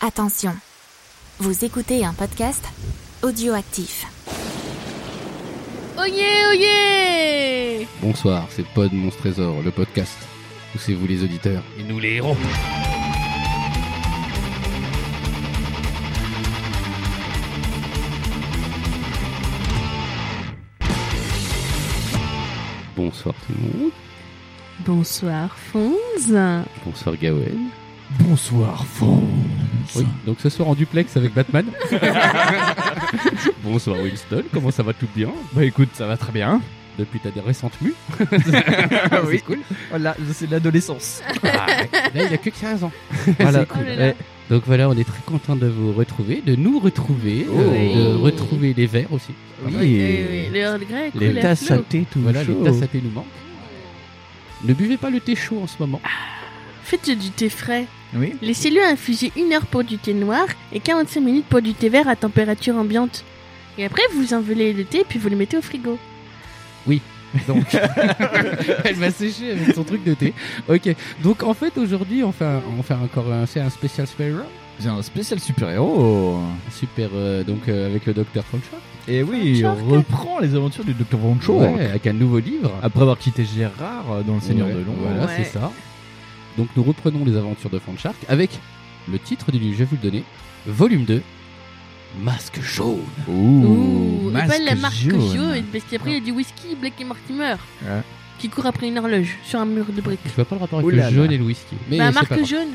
Attention, vous écoutez un podcast audioactif. Oyez, oyez Bonsoir, c'est Pod Monstre Trésor, le podcast. Où c'est vous les auditeurs Et nous les héros. Bonsoir tout le monde. Bonsoir Fonz Bonsoir Gawen. Bonsoir, Fon. Oui, donc ce soir en duplex avec Batman. Bonsoir Winston, comment ça va tout bien Bah écoute, ça va très bien. Ah Depuis ta récente mue Oui. C'est cool. Ah, Voilà, c'est de l'adolescence. Là, il a que 15 ans. Voilà. C'est cool. Oh là là. Eh, Donc voilà, on est très content de vous retrouver, de nous retrouver, Oh. euh, de retrouver les verts aussi. oui, Eh Oui, oui, le Earl Grey, Les couleur tasses à flou. thé tout Voilà, chaud. les tasses à thé nous manquent. Ne buvez pas le thé chaud en ce moment. Faites du thé frais. eh. Oui. Laissez-le infuser une heure pour du thé noir et 45 minutes pour du thé vert à température ambiante. Et après, vous envelez le thé puis vous le mettez au frigo. Donc, elle va sécher avec son truc de thé. Ok. Donc, en fait, aujourd'hui, on fait, un- on fait encore un, c'est un spécial super J'ai un spécial super-héros. super euh, donc euh, avec le docteur Franchot. Et oui, on Shark. reprend les aventures du Dr. Von Shaw. avec un nouveau livre. Ah, Après avoir quitté Gérard euh, dans Le Seigneur Ouais, de l'ombre. Voilà, Ouais. c'est ça. Donc, nous reprenons les aventures de Franchard avec le titre du livre. Je vais vous le donner. Volume 2. Masque jaune. Ouh, et pas la masque marque jaune. Ah. jaune, parce qu'après, il y a du whisky Black et Mortimer Ouais. qui court après une horloge sur un mur de briques. Je vois pas le rapport avec Ouh là le jaune là. et le whisky. Eh, Mais Bah, c'est pas marque grave. jaune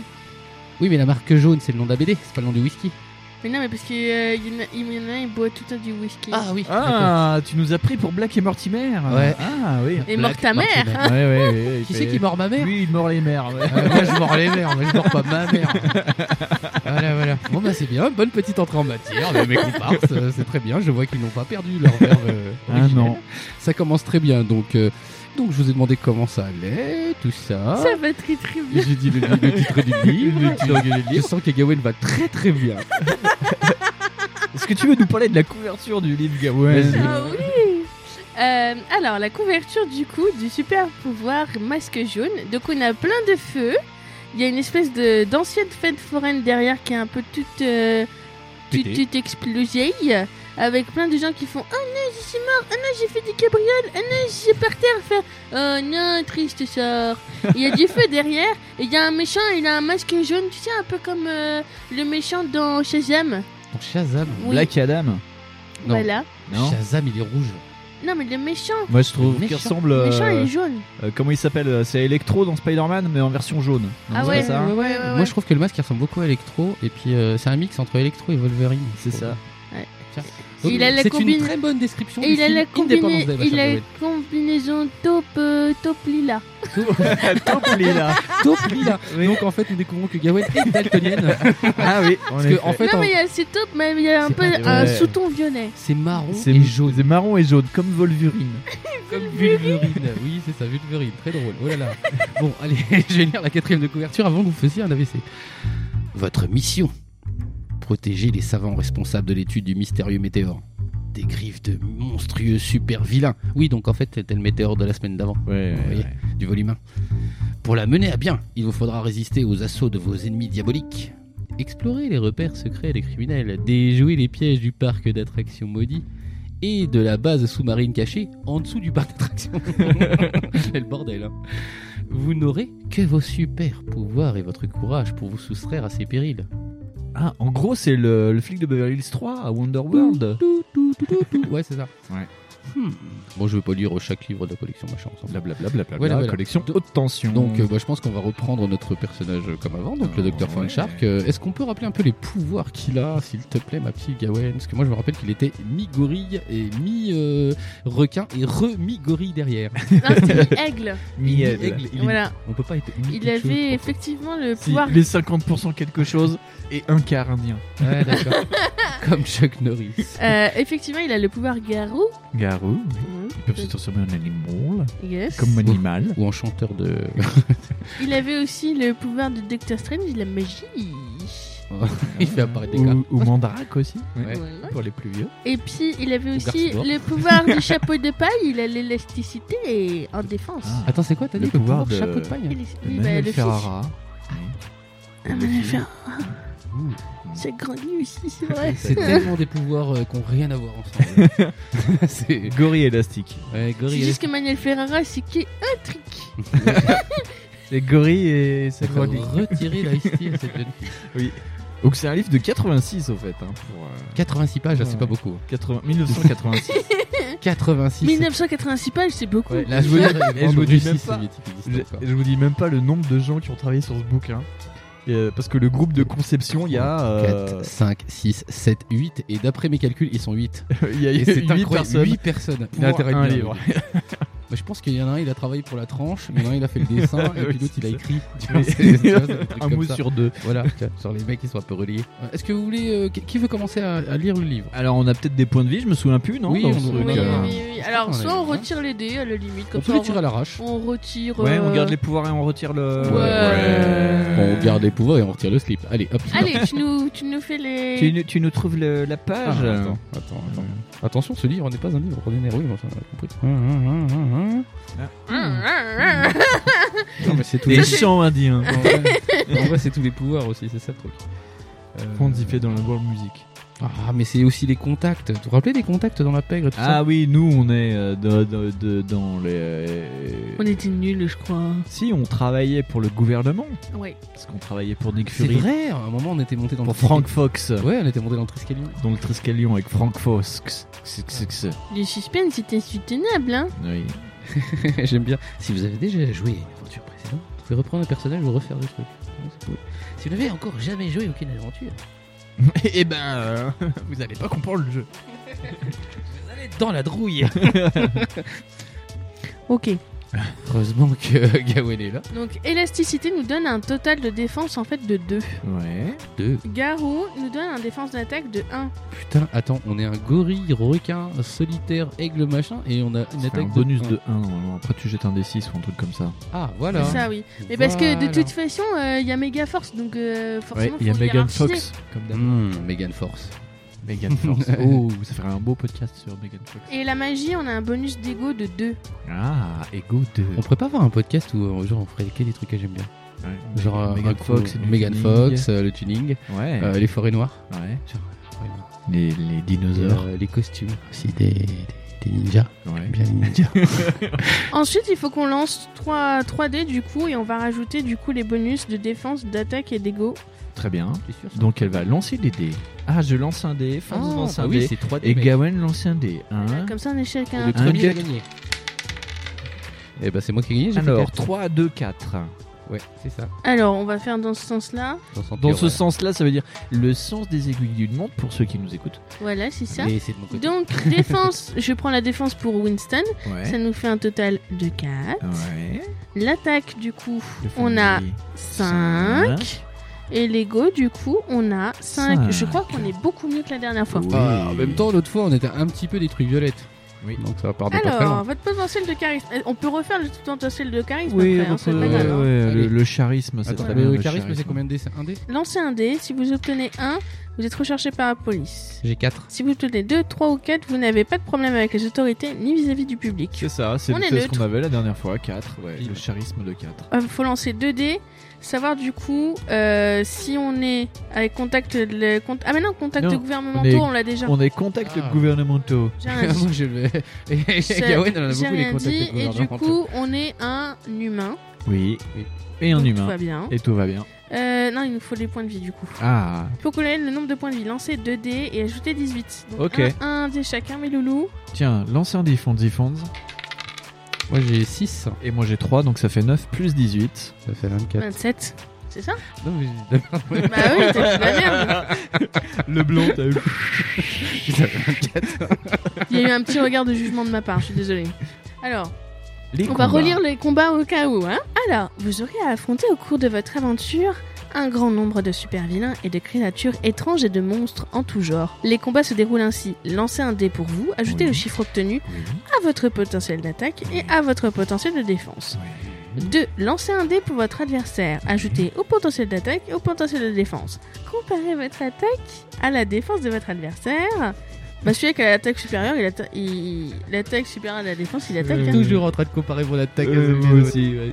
Oui, mais la marque jaune, c'est le nom de la BD, c'est pas le nom du whisky. Mais non, mais parce qu'il y, en a- il y en a, il boit tout le temps du whisky. oui. Ah, tu nous as pris pour Black et Mortimer. Ouais. Ah oui. et mort ta mère Ouais, ouais, ouais, Qui il c'est fait- qui mord ma mère Lui, il mord les mères. ouais. Euh, moi je mords les mères, mais je mords pas ma mère. voilà, voilà. Bon bah c'est bien, bonne petite entrée en matière, mes comparses, euh, c'est très bien, je vois qu'ils n'ont pas perdu leur verve euh, Ah originelle. non. Ça commence très bien, donc, euh, donc je vous ai demandé comment ça allait, tout ça. Ça va très très bien. J'ai dit le, le titre du livre. Je sens que Gawain va très très bien. Est-ce que tu veux nous parler de la couverture du livre Vas-y. Gawain Ah oui Euh, Alors, la couverture du coup du super pouvoir masque jaune. Donc, on a plein de feux. Il y a une espèce de d'ancienne fête foraine derrière qui est un peu toute, euh, toute, Pétée. toute explosée. Avec plein de gens qui font Oh non, je suis mort, oh non, j'ai fait du cabriole, oh non, j'ai par terre fait Oh non, triste sort. Il y a du feu derrière et il y a un méchant, il a un masque jaune, tu sais, un peu comme euh, le méchant dans Shazam. Donc Shazam. Oui. bah, Black Adam Non. Voilà. Non Shazam il est rouge. Non, mais le méchant, Moi je trouve Méchant. qu'il ressemble. le euh, méchant, il est jaune. euh, comment il s'appelle euh, C'est Electro dans Spider-Man, mais en version jaune. Non, Ah c'est ouais, pas ça hein ouais, ouais, ouais. Moi je trouve que le masque il ressemble beaucoup à Electro et puis euh, c'est un mix entre Electro et Wolverine. C'est ça. Donc, Il a la c'est combina- une très bonne description. Et du il a film la, Independence Day, combina- ma il chère a Gawain. la combinaison taupe, euh, taupe lila. Top, il est là. taupe lila. Donc en fait, nous découvrons que Gawain est daltonienne. Ah oui. parce que en fait, non, en- mais il y a c'est taupe, mais il y a un C'est peu pas- un ouais. sous-ton violet. c'est marron c'est et jaune. c'est marron et jaune, comme Wolverine. Comme Vulverine. Oui, c'est ça, Vulverine. Très drôle. Oh là là. Bon, allez, je vais lire la quatrième de couverture avant que vous fassiez un AVC. Votre mission protéger les savants responsables de l'étude du mystérieux météore. Des griffes de monstrueux super vilains. Oui, donc en fait, c'était le météore de la semaine d'avant. Ouais, Vous voyez, du volume 1. Pour la mener à bien, il vous faudra résister aux assauts de vos ennemis diaboliques. Explorer les repères secrets des criminels, déjouer les pièges du parc d'attractions maudit et de la base sous-marine cachée en dessous du parc d'attractions. C'est le bordel. hein. Vous n'aurez que vos super pouvoirs et votre courage pour vous soustraire à ces périls. Ah, en gros, c'est le, le flic de Beverly Hills 3 à Wonderworld. Tout, tout, tout, tout, tout. Ouais, c'est ça. Ouais. Hmm. Bon, je veux pas lire chaque livre de la collection, machin. on s'en fout. Blablabla, bla, bla, Voilà, voilà. collection haute tension. Donc euh, bah, je pense qu'on va reprendre notre personnage euh, comme avant, donc le Euh, docteur Frank ouais. Shark. Euh, Est-ce qu'on peut rappeler un peu les pouvoirs qu'il a, s'il te plaît, ma petite Gawain Parce que moi je me rappelle qu'il était mi-gorille et mi-requin et re-mi-gorille derrière. Non, c'était l'aigle. Miel. Aigle, il est- Voilà. On peut pas être Il avait effectivement le Si, pouvoir. les 50% quelque chose et un quart indien. Ouais, Ah, d'accord. comme Chuck Norris. euh, effectivement, il a le pouvoir garou. Garou, Mm-hmm. ils peuvent se transformer en animal, Yes. animal. Ou en chanteur de... Il avait aussi le pouvoir de Doctor Strange, la magie. il fait apparaître des gars. Ou, ou mandrake aussi, Ouais. Voilà. pour les plus vieux. Et puis, il avait aussi garçon. le pouvoir du chapeau de paille. Il a l'élasticité et- en défense. Ah. Attends, c'est quoi T'as dit Le le pouvoir, pouvoir de- chapeau de paille Il est- oui, bah, Manuel le fils. Ah, Ferrara. Ah, Manuel Ferrara. J'ai grandi aussi, c'est vrai. C'est tellement des pouvoirs euh, qui n'ont rien à voir ensemble. c'est. Gorille élastique. Ouais, C'est gorille. juste que Manuel Ferrara, c'est qui un trick. C'est Gorille et sa Faut chronique. Retirer la à cette jeune fille. Oui. Donc c'est un livre de 86 au fait. hein, pour, euh, 86 pages, là, c'est Ouais. pas beaucoup. 80 1986. 86. 1986 pages, c'est beaucoup. Ouais, Là, je vous dis, Et je vous dis même pas. soviétique je, existait encore. je vous dis même pas le nombre de gens qui ont travaillé sur ce bouquin. Et, euh, parce que le groupe de conception, il y a. euh, 4, 5, 6, 7, 8. Et d'après mes calculs, ils sont 8. euh, Il y a Et eu c'est 8 incroyable. personnes. 8 personnes. Il a intérêt de un lire, livre. oui. Bah, je pense qu'il y en a un, il a travaillé pour la tranche, mais non, il a fait le dessin, et Oui, puis l'autre, il a c'est écrit. Tu vois, Mais- c'est- tu vois, c'est des trucs un comme mot ça. sur deux. Voilà, tu vois, genre les mecs, ils sont un peu reliés. Ah, Euh, Est-ce que vous voulez. euh, qui- qui veut commencer à, à lire le livre Alors on a peut-être des points de vie, je me souviens plus, non Oui, dans on ce doit- truc, Oui, euh, oui, oui. Alors, soit on retire les dés à la limite, On comme peut ça les on, tirer à l'arrache. on retire. Ouais, on euh, garde les pouvoirs et on retire le. Ouais. Ouais. On garde les pouvoirs et on retire le slip. Allez, hop. Allez, tu nous, tu nous fais Tu, les. nous- tu nous trouves le- la Ah, page attends, attends, attends. Attention, ce livre n'est pas un livre ordinaire. Oui, bon, ça, on a compris. Hum, hum, hum, hum, hum. Non, mais c'est tous Des les. chants indiens. En vrai, en vrai, c'est tous les pouvoirs aussi, c'est ça le truc. Euh, On y fait dans la world music. Ah, mais c'est aussi les contacts. Vous vous rappelez des contacts dans la pègre et tout ça Ah oui, nous on est euh, dans, dans- de- dans les. euh, On était nuls, je crois. Si on travaillait pour le gouvernement, Ouais. parce qu'on travaillait pour Nick C'est Fury, vrai, à un moment on était monté dans pour le Frank Fox, Ouais, on était monté dans le Triscalion. dans le Triscalion avec Frank Fox. Le suspense, c'était insoutenable, hein. Oui. J'aime bien. Si vous avez déjà joué à une aventure précédente, vous pouvez reprendre un personnage ou refaire des trucs. Ouais, c'est cool. Si vous n'avez encore jamais joué à aucune aventure, Eh ben, euh, vous allez pas comprendre le jeu. vous allez dans la drouille. Ok. Heureusement que Gawain est là. Donc, élasticité nous donne un total de défense en fait de 2. Ouais. Deux. Garou nous donne un défense d'attaque de 1. Putain, attends, on est un gorille, requin, solitaire, aigle, machin, et on a une C'est attaque un bonus un. de 1 normalement. Après tu jettes un D6 ou un truc comme ça. Ah, voilà. Ça, oui. Mais parce que de toute façon, il y a méga force, donc euh, forcément. il y a faut Megan hiérarchiser. Fox comme d'hab. Mmh, Megan Force. Megan Fox. oh, ça ferait un beau podcast sur Megan Fox. Et la magie, on a un bonus d'ego de 2. Ah, Ego 2. On pourrait pas avoir un podcast où euh, genre, on ferait que des trucs que j'aime bien. Genre euh, un Megan coup, Fox, et du Megan tuning. Fox, euh, le tuning, Ouais. euh, les forêts noires. ouais. Genre, les forêts noires. Les, les dinosaures. Et, euh, les costumes aussi des, des, des ninjas. Ouais. Bien les ninjas. Ensuite, il faut qu'on lance 3, 3 dés du coup, et on va rajouter du coup les bonus de défense, d'attaque et d'ego. Très bien. T'es sûr, ça Donc elle va lancer des dés. Ah, je lance un dé, Franz Ah, lance bah un oui, dé. c'est 3 Et Gawain lance un dé. Hein Comme ça, on est chacun. Le premier dé. a gagné. Et bah c'est moi qui ai gagné, j'ai fait Alors, quatre. 3, 2, 4. Ouais, c'est ça. Alors, on va faire dans ce sens-là. Dans, son Dans pire, ce ouais. sens-là, ça veut dire le sens des aiguilles d'une montre pour ceux qui nous écoutent. Voilà, c'est ça. Mais c'est de mon côté. Donc, défense, je prends la défense pour Winston. Ça nous fait un total de 4. Ouais. L'attaque, du coup, Le on a family. 5. Et l'ego, du coup, on a 5. Je Cinq. crois qu'on est beaucoup mieux que la dernière fois. Oui. Ah, en même temps, l'autre fois, on était un petit peu des trucs violettes. Oui. Donc ça part de pas hein. très Alors, loin. votre potentiel de charisme. Eh, On peut refaire le potentiel de charisme Oui, après, hein, on c'est peut- pas grave. ouais, hein. ouais, le, Allez. le charisme, c'est Attends, très bien. le le charisme, c'est combien de dés C'est un dé Lancez un dé. Si vous obtenez 1, vous êtes recherché par la police. J'ai 4. Si vous obtenez 2, 3 ou 4, vous n'avez pas de problème avec les autorités ni vis-à-vis du public. C'est ça, c'est On le est test qu'on neutre. avait la dernière fois, 4. Ouais, Pile. le charisme de 4. Il Euh, faut lancer 2 dés, savoir du coup euh, si on est avec contact. Le, cont- ah, mais non, contact Non, de on est- gouvernementaux, on l'a déjà. On est contact Ah. gouvernementaux. Ah, J'ai rien dit. Moi, je le J'ai- Ah Gawain, on en a J'ai beaucoup les rien contacts dit, et du gouvernementaux. coup, on est un humain. Oui. Oui. Et un donc Tout humain. va bien. Et tout va bien. Euh, non, il nous faut les points de vie du coup. Ah, Il faut connaître le nombre de points de vie. Lancer 2 dés et ajouter 18. Donc Ok. Un, un dé chacun, mes loulous. tiens, lance un Defense Defense. Moi, j'ai 6. Et moi j'ai 3, donc ça fait 9 plus 18. Ça fait 24. 27. C'est ça Non, mais d'accord, ouais, Bah oui, t'as fait la merde. Le blanc, t'as eu. ça fait 24. Il y a eu un petit regard de jugement de ma part, je suis désolée. Alors, Les on va combats. relire les combats au cas où, hein Alors, vous aurez à affronter au cours de votre aventure un grand nombre de super-vilains et de créatures étranges et de monstres en tout genre. Les combats se déroulent ainsi. Lancez un dé pour vous, ajoutez Oui. le chiffre obtenu Oui. à votre potentiel d'attaque et à votre potentiel de défense. 2. Lancez un dé pour votre adversaire. Ajoutez au potentiel d'attaque et au potentiel de défense. Comparez votre attaque à la défense de votre adversaire. Bah celui qui a l'attaque supérieure, il atta- il- l'attaque supérieure à la défense, il attaque. hein. Toujours en train de comparer mon attaque à Euh, celle des moi autres. aussi, ouais.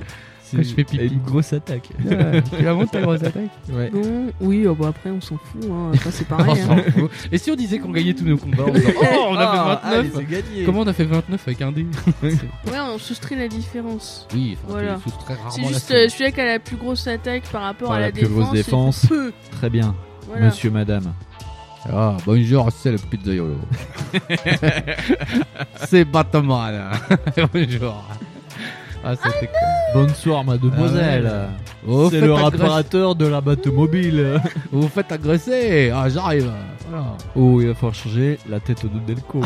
C'est Quand je fais pipi. Une grosse attaque. Ah, tu la montes ta grosse attaque Ouais. Bon, oui, oh, bah après on s'en fout, hein. Après, c'est pareil. hein. Et si on disait qu'on gagnait tous nos combats en disant, Oh, on a Ah, fait 29 allez, c'est gagné. Comment on a fait 29 avec un dé Ouais, on soustrait la différence. Oui, enfin, Voilà. tu soustrais rarement C'est la juste somme. euh, celui qui a la plus grosse attaque par rapport Par à la, la plus grosse défense. défense. il fait peu. Très bien, Voilà. monsieur, madame. Ah, bonjour, c'est le pizzaiolo. c'est Batman. bonjour. Ah, ça fait quoi Bonsoir, mademoiselle. Ah Vous C'est faites le agresser- réparateur de la batte-mobile. Vous vous faites agresser. Ah, j'arrive. Voilà. Oh, il va falloir changer la tête de Delco.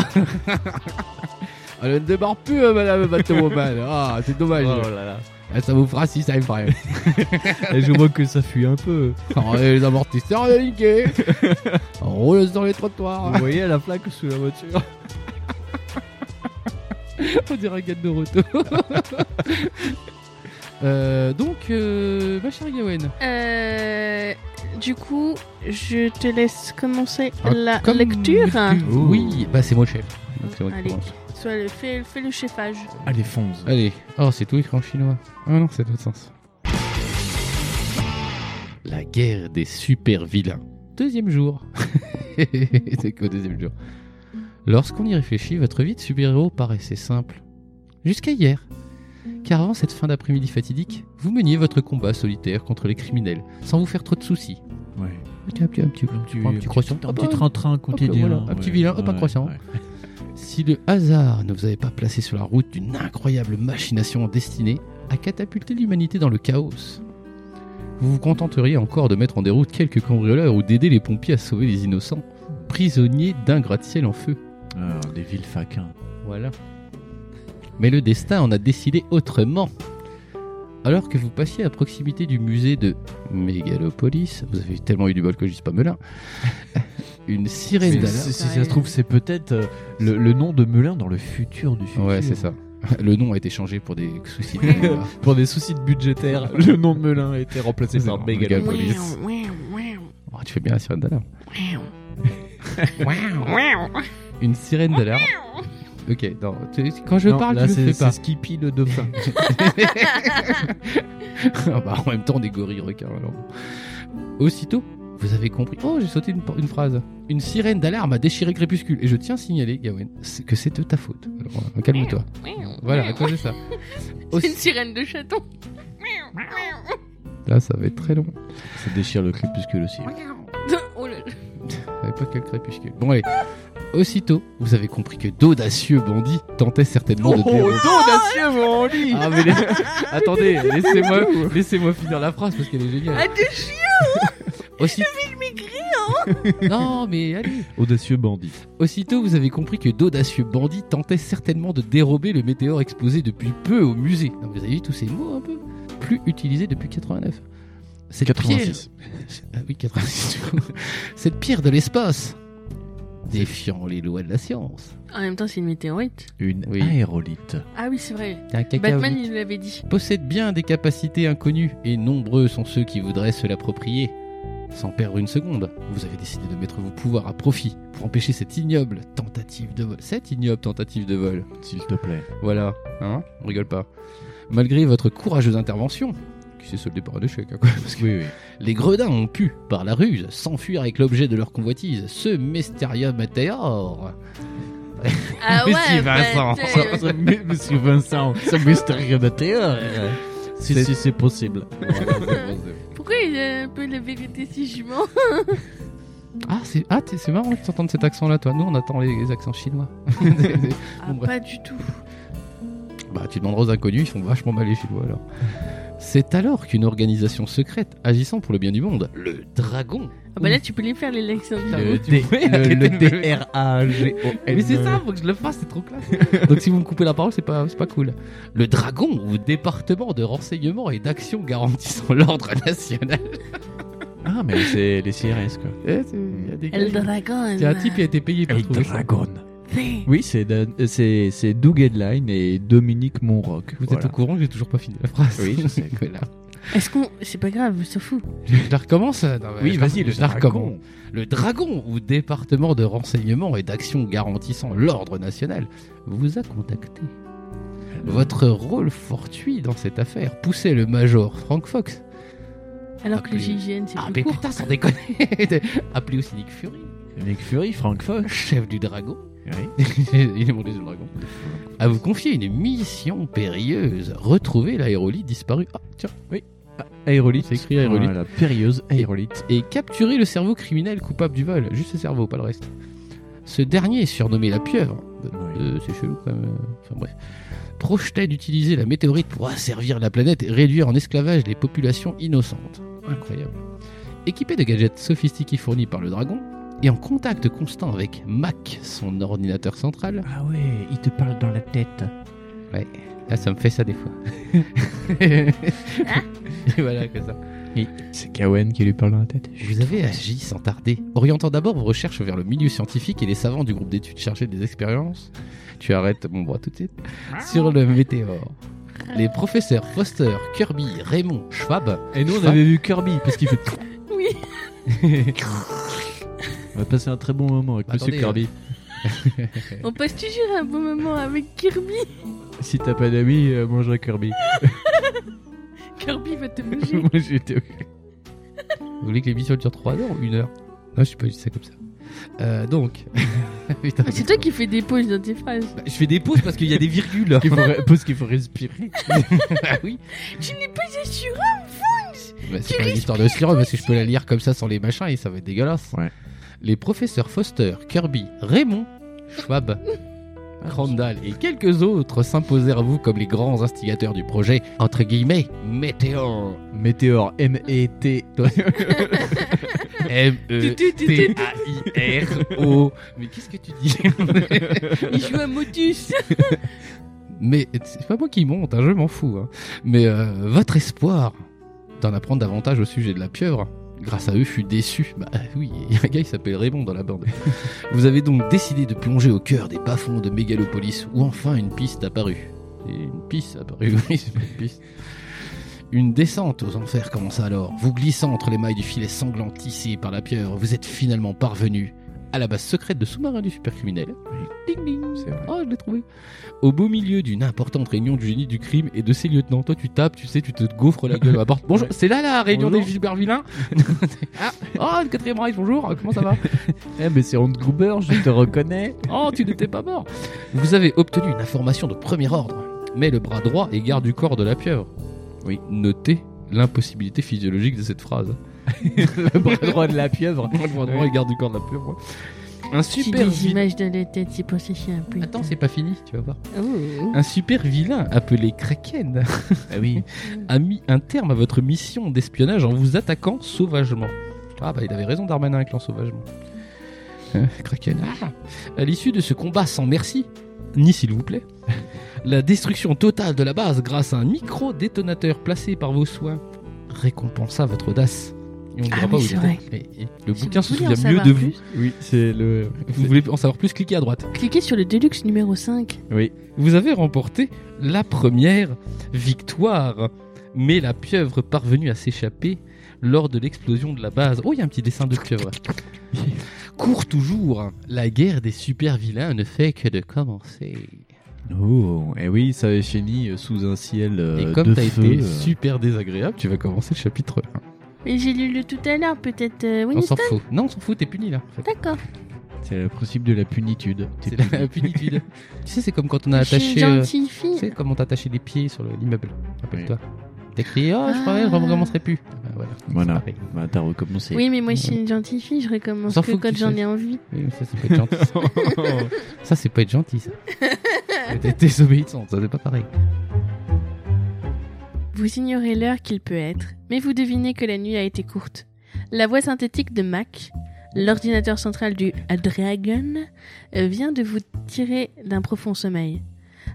Elle ne démarre plus, euh, madame Batwoman. Ah, c'est dommage. là. Eh, Ça vous fera si ça me ferait. Et je vois que ça fuit un peu. Oh, et les amortisseurs déliqués. Roule sur les Oh trottoirs. Vous voyez la plaque sous la voiture On dirait un gars de Naruto. Euh, donc, euh, ma chère Gawen, Euh, du coup, je te laisse commencer Ah, la comme lecture. tu- Oui, bah c'est moi le chef. Donc, c'est moi qui Allez. commence. Soit le- fais, fais le cheffage. Allez, fonce. Allez. Oh, c'est tout écrit en chinois. Ah non, c'est l'autre sens. La guerre des super vilains. Deuxième jour. C'est qu'au deuxième jour. Lorsqu'on y réfléchit, votre vie de super-héros paraissait simple. Jusqu'à hier. Car avant cette fin d'après-midi fatidique, vous meniez votre combat solitaire contre les criminels, sans vous faire trop de soucis. Ouais. Un petit, un petit, un petit, un petit croissant. Un petit train-train hein. quotidien. voilà, un petit vilain, hop, un croissant. Si le hasard ne vous avait pas placé sur la route d'une incroyable machination destinée à catapulter l'humanité dans le chaos, vous vous contenteriez encore de mettre en déroute quelques cambrioleurs ou d'aider les pompiers à sauver les innocents, prisonniers d'un gratte-ciel en feu. des villes faquins. Voilà. Mais le destin en a décidé autrement. Alors que vous passiez à proximité du musée de Mégalopolis, vous avez tellement eu du bol que je dis pas Melun, une sirène Si d'alarme. si ça se trouve, c'est peut-être euh, le, le nom de Melun dans le futur du futur. Ouais, c'est ça. Le nom a été changé pour des soucis. de Ouais. mémoire. Pour des soucis de budgétaires, le nom de Melun a été remplacé C'est par ça, Megalopolis. Megalopolis. police. Ouin, ouin, Oh, tu fais bien la sirène d'alarme. ouin, ouin, ouin. Une sirène d'alarme. Ok, non, tu- quand je Non, parle, là, je c'est le fais c'est pas. Skippy le dauphin. Ah bah, en même temps, des gorilles requins. Alors. bon. Aussitôt, vous avez compris. Oh, j'ai sauté une, une phrase. Une sirène d'alarme a déchiré Crépuscule. Et je tiens à signaler, Gawain, c'est- que c'est de ta faute. Alors, voilà, calme-toi. ouin. Voilà, à cause de ça. C'est une Aussi- sirène de chaton. Là, ça va être très long. ça déchire le crépuscule aussi. Oh là là. À l'époque, quel Crépuscule. Bon, allez. Aussitôt, vous avez compris que d'audacieux bandits tentaient certainement de dérober- audacieux, mon lit Ah, mais les- Attendez, laissez-moi laissez finir la phrase parce qu'elle est géniale. Ah, de chien. Aussi... Non, mais allez. Audacieux bandit. Aussitôt, vous avez compris que d'audacieux bandits tentaient certainement de dérober le météore explosé depuis peu au musée. Non, vous avez vu tous ces mots un peu Plus utilisés depuis 89. Cette Pierre... Ah oui, 86. du coup. Cette pierre de l'espace, défiant les lois de la science. En même temps, c'est une météorite. Une Oui. aérolite. Ah oui, c'est vrai. Un cacahuète. Batman, il l'avait dit. possède bien des capacités inconnues et nombreux sont ceux qui voudraient se l'approprier. Sans perdre une seconde, vous avez décidé de mettre vos pouvoirs à profit pour empêcher cette ignoble tentative de vol. Cette ignoble tentative de vol. S'il te plaît. Voilà, hein On rigole pas. Malgré votre courageuse intervention, qui s'est soldée par un échec, hein, quoi, parce que Oui, oui. les gredins ont pu, par la ruse, s'enfuir avec l'objet de leur convoitise, ce mystérieux météore. Ah ouais. Si, Vincent. bah, t'es- Monsieur Vincent, ça mystérieux de théâtre. Si, C'est- si, c'est possible. Pourquoi il a un peu la vérité si jument Ah, c'est ah, t'es- c'est marrant de t'entendre cet accent-là, toi. Nous, on attend les, les accents chinois. Ah, bref. pas du tout. Bah, tu demanderas aux inconnus, ils sont vachement mal les Chinois alors. C'est alors qu'une organisation secrète agissant pour le bien du monde, le Dragon. Ah bah là, tu peux les faire, les lections. Le D- arrêter de me- D-R-A-G-O-N. Mais c'est ça, faut que je le fasse, c'est trop classe. Donc si vous me coupez la parole, c'est pas, c'est pas cool. Le Dragon, ou département de renseignement et d'action garantissant l'ordre national. Ah, mais c'est les CRS, quoi. Eh, c'est- y a des gars- El Dragon. C'est un type qui a été payé pour trouver ça. Fait. Oui, c'est Dan- euh, c'est c'est Doug Edline et Dominique Monroc. Vous Voilà. êtes au courant que j'ai toujours pas fini la phrase. Oui, je sais. Voilà. Est-ce qu'on. C'est pas grave, ça fout. Je la recommence euh, Non, mais je la- je la recommence. dragon. Le Dragon, ou département de renseignement et d'action garantissant l'ordre national, vous a contacté. Votre rôle fortuit dans cette affaire poussait le major Frank Fox. Alors que le Appelez- GIGN, c'est Ah, plus mais court. putain, sans déconner Appelé aussi Nick Fury, Nick Fury, Frank Fox. chef du dragon. Oui. Il est mon dieu, le dragon. À vous confier une mission périlleuse retrouver l'aérolite disparue. Ah, tiens, Aérolite. c'est écrit aérolite. Voilà, périlleuse aérolite. et capturer le cerveau criminel coupable du vol. Juste le cerveau, pas le reste. Ce dernier, surnommé la pieuvre, Oui. euh, c'est chelou quand même, euh, enfin bref, projetait d'utiliser la météorite pour asservir la planète et réduire en esclavage les populations innocentes. Incroyable. Équipé de gadgets sophistiqués fournis par le dragon, et en contact constant avec Mac, son ordinateur central, Ah ouais, il te parle dans la tête. là Ah, ça me fait ça des fois. Et voilà, comme ça. C'est Kawen qui lui parle dans la tête. Vous avez agi sans tarder, orientant d'abord vos recherches vers le milieu scientifique et les savants du groupe d'études chargés des expériences. Tu arrêtes mon bras tout de suite. Sur le météore. Les professeurs Foster, Kirby, Raymond, Schwab. Et nous, on Enfin. avait vu Kirby parce qu'il fait. Oui. On va passer un très bon moment avec Attendez, Monsieur Kirby. hein. On passe toujours un bon moment avec Kirby. Si t'as pas d'amis, euh, mange un Kirby. Kirby va te bouger. Moi j'étais. Vous voulez que l'émission dure 3 heures ou 1 heure Non, je suis pas dit ça comme ça. Euh, donc. Putain. Bah, C'est toi qui fais des pauses dans tes phrases. Je fais des pauses parce qu'il y a des virgules. Il faut parce qu'il faut respirer. ah oui. Tu n'es pas assuré. Bah, c'est pas une histoire de sirop parce que je peux la lire comme ça sans les machins et ça va être dégueulasse. Ouais. Les professeurs Foster, Kirby, Raymond, Schwab, Crandall et quelques autres s'imposèrent à vous comme les grands instigateurs du projet, entre guillemets, Météor. Météor, M-E-T. E euh, M-E-T-A-I-R-O. Mais qu'est-ce que tu dis Il joue à Motus. Mais c'est pas moi qui monte, hein, je m'en fous. hein. Mais euh, votre espoir d'en apprendre davantage au sujet de la pieuvre, grâce à eux, fut déçu. Bah oui, il y a un gars, il s'appelle Raymond dans la bande. Vous avez donc décidé de plonger au cœur des bas-fonds de Mégalopolis, où enfin une piste apparut. Et une piste apparut, oui, c'est pas une piste. Une descente aux enfers commença alors. Vous glissant entre les mailles du filet sanglant tissé par la pieuvre, vous êtes finalement parvenu à la base secrète de sous-marin du supercriminel. Ding ding C'est vrai. Oh, je l'ai trouvé au beau milieu d'une importante réunion du génie du crime et de ses lieutenants. Toi, tu tapes, tu sais, tu te gaufres la gueule à la porte. Bonjour, c'est là la réunion Bonjour. des Gilbert Vilain. ah, oh, le quatrième Reich, bonjour, comment ça va Eh, mais c'est Hans Gruber, je te reconnais. Oh, tu n'étais pas mort Vous avez obtenu une information de premier ordre, mais le bras droit est garde du corps de la pieuvre. Oui. Notez l'impossibilité physiologique de cette phrase. Le bras droit de la pieuvre. Le bras droit est garde du corps de la pieuvre. Un J'ai super des vilain. images dans la tête, c'est pour ça que je suis un peu. Attends, c'est pas fini, tu vas voir. Oh. Un super vilain appelé Kraken Ah oui. a mis un terme à votre mission d'espionnage en vous attaquant sauvagement. Ah bah il avait raison Darmanin avec l'ensauvagement. Euh, Kraken. Ah. à l'issue de ce combat sans merci, ni s'il vous plaît, la destruction totale de la base grâce à un micro-détonateur placé par vos soins récompensa votre audace. Et on ne Ah dira oui, pas où c'est il était. vrai. Et- et le Si bouquin vous se voulez en souvient mieux savoir de vous. plus, Oui, c'est le. Vous voulez en savoir plus, cliquez à droite. Cliquez sur le Deluxe numéro 5. Vous avez remporté la première victoire, mais la pieuvre parvenue à s'échapper lors de l'explosion de la base. Oh, il y a un petit dessin de pieuvre. Court toujours, la guerre des super vilains ne fait que de commencer. Oh, eh et oui, ça avait fini euh, sous un ciel euh, Et comme de t'as feu. été euh, super désagréable, tu vas commencer le chapitre 1. Mais j'ai lu le tout à l'heure, peut-être. euh, On Winston s'en fout. Non, on s'en fout, t'es puni là. en fait. D'accord. C'est le principe de la punitude. T'es C'est puni. la punitude. tu sais, c'est comme quand on a Je suis une attaché. euh, gentille Tu fille. sais, comme on t'a attaché les pieds sur le- l'immeuble. Rappelle-toi. T'as crié, oh, je Ah. croyais, je recommencerai plus. Ah, voilà. C'est Voilà. pareil. Bah, t'as recommencé. Oui, mais moi je suis une gentille fille, je On recommence s'en que fout que quand tu j'en saches. ai envie. Oui, mais ça, c'est pas être gentil. ça, Ça, c'est pas être gentil, ça. T'es désobéissante, ça, c'est pas pareil. Vous ignorez l'heure qu'il peut être, mais vous devinez que la nuit a été courte. La voix synthétique de Mac, l'ordinateur central du Dragon, euh, vient de vous tirer d'un profond sommeil.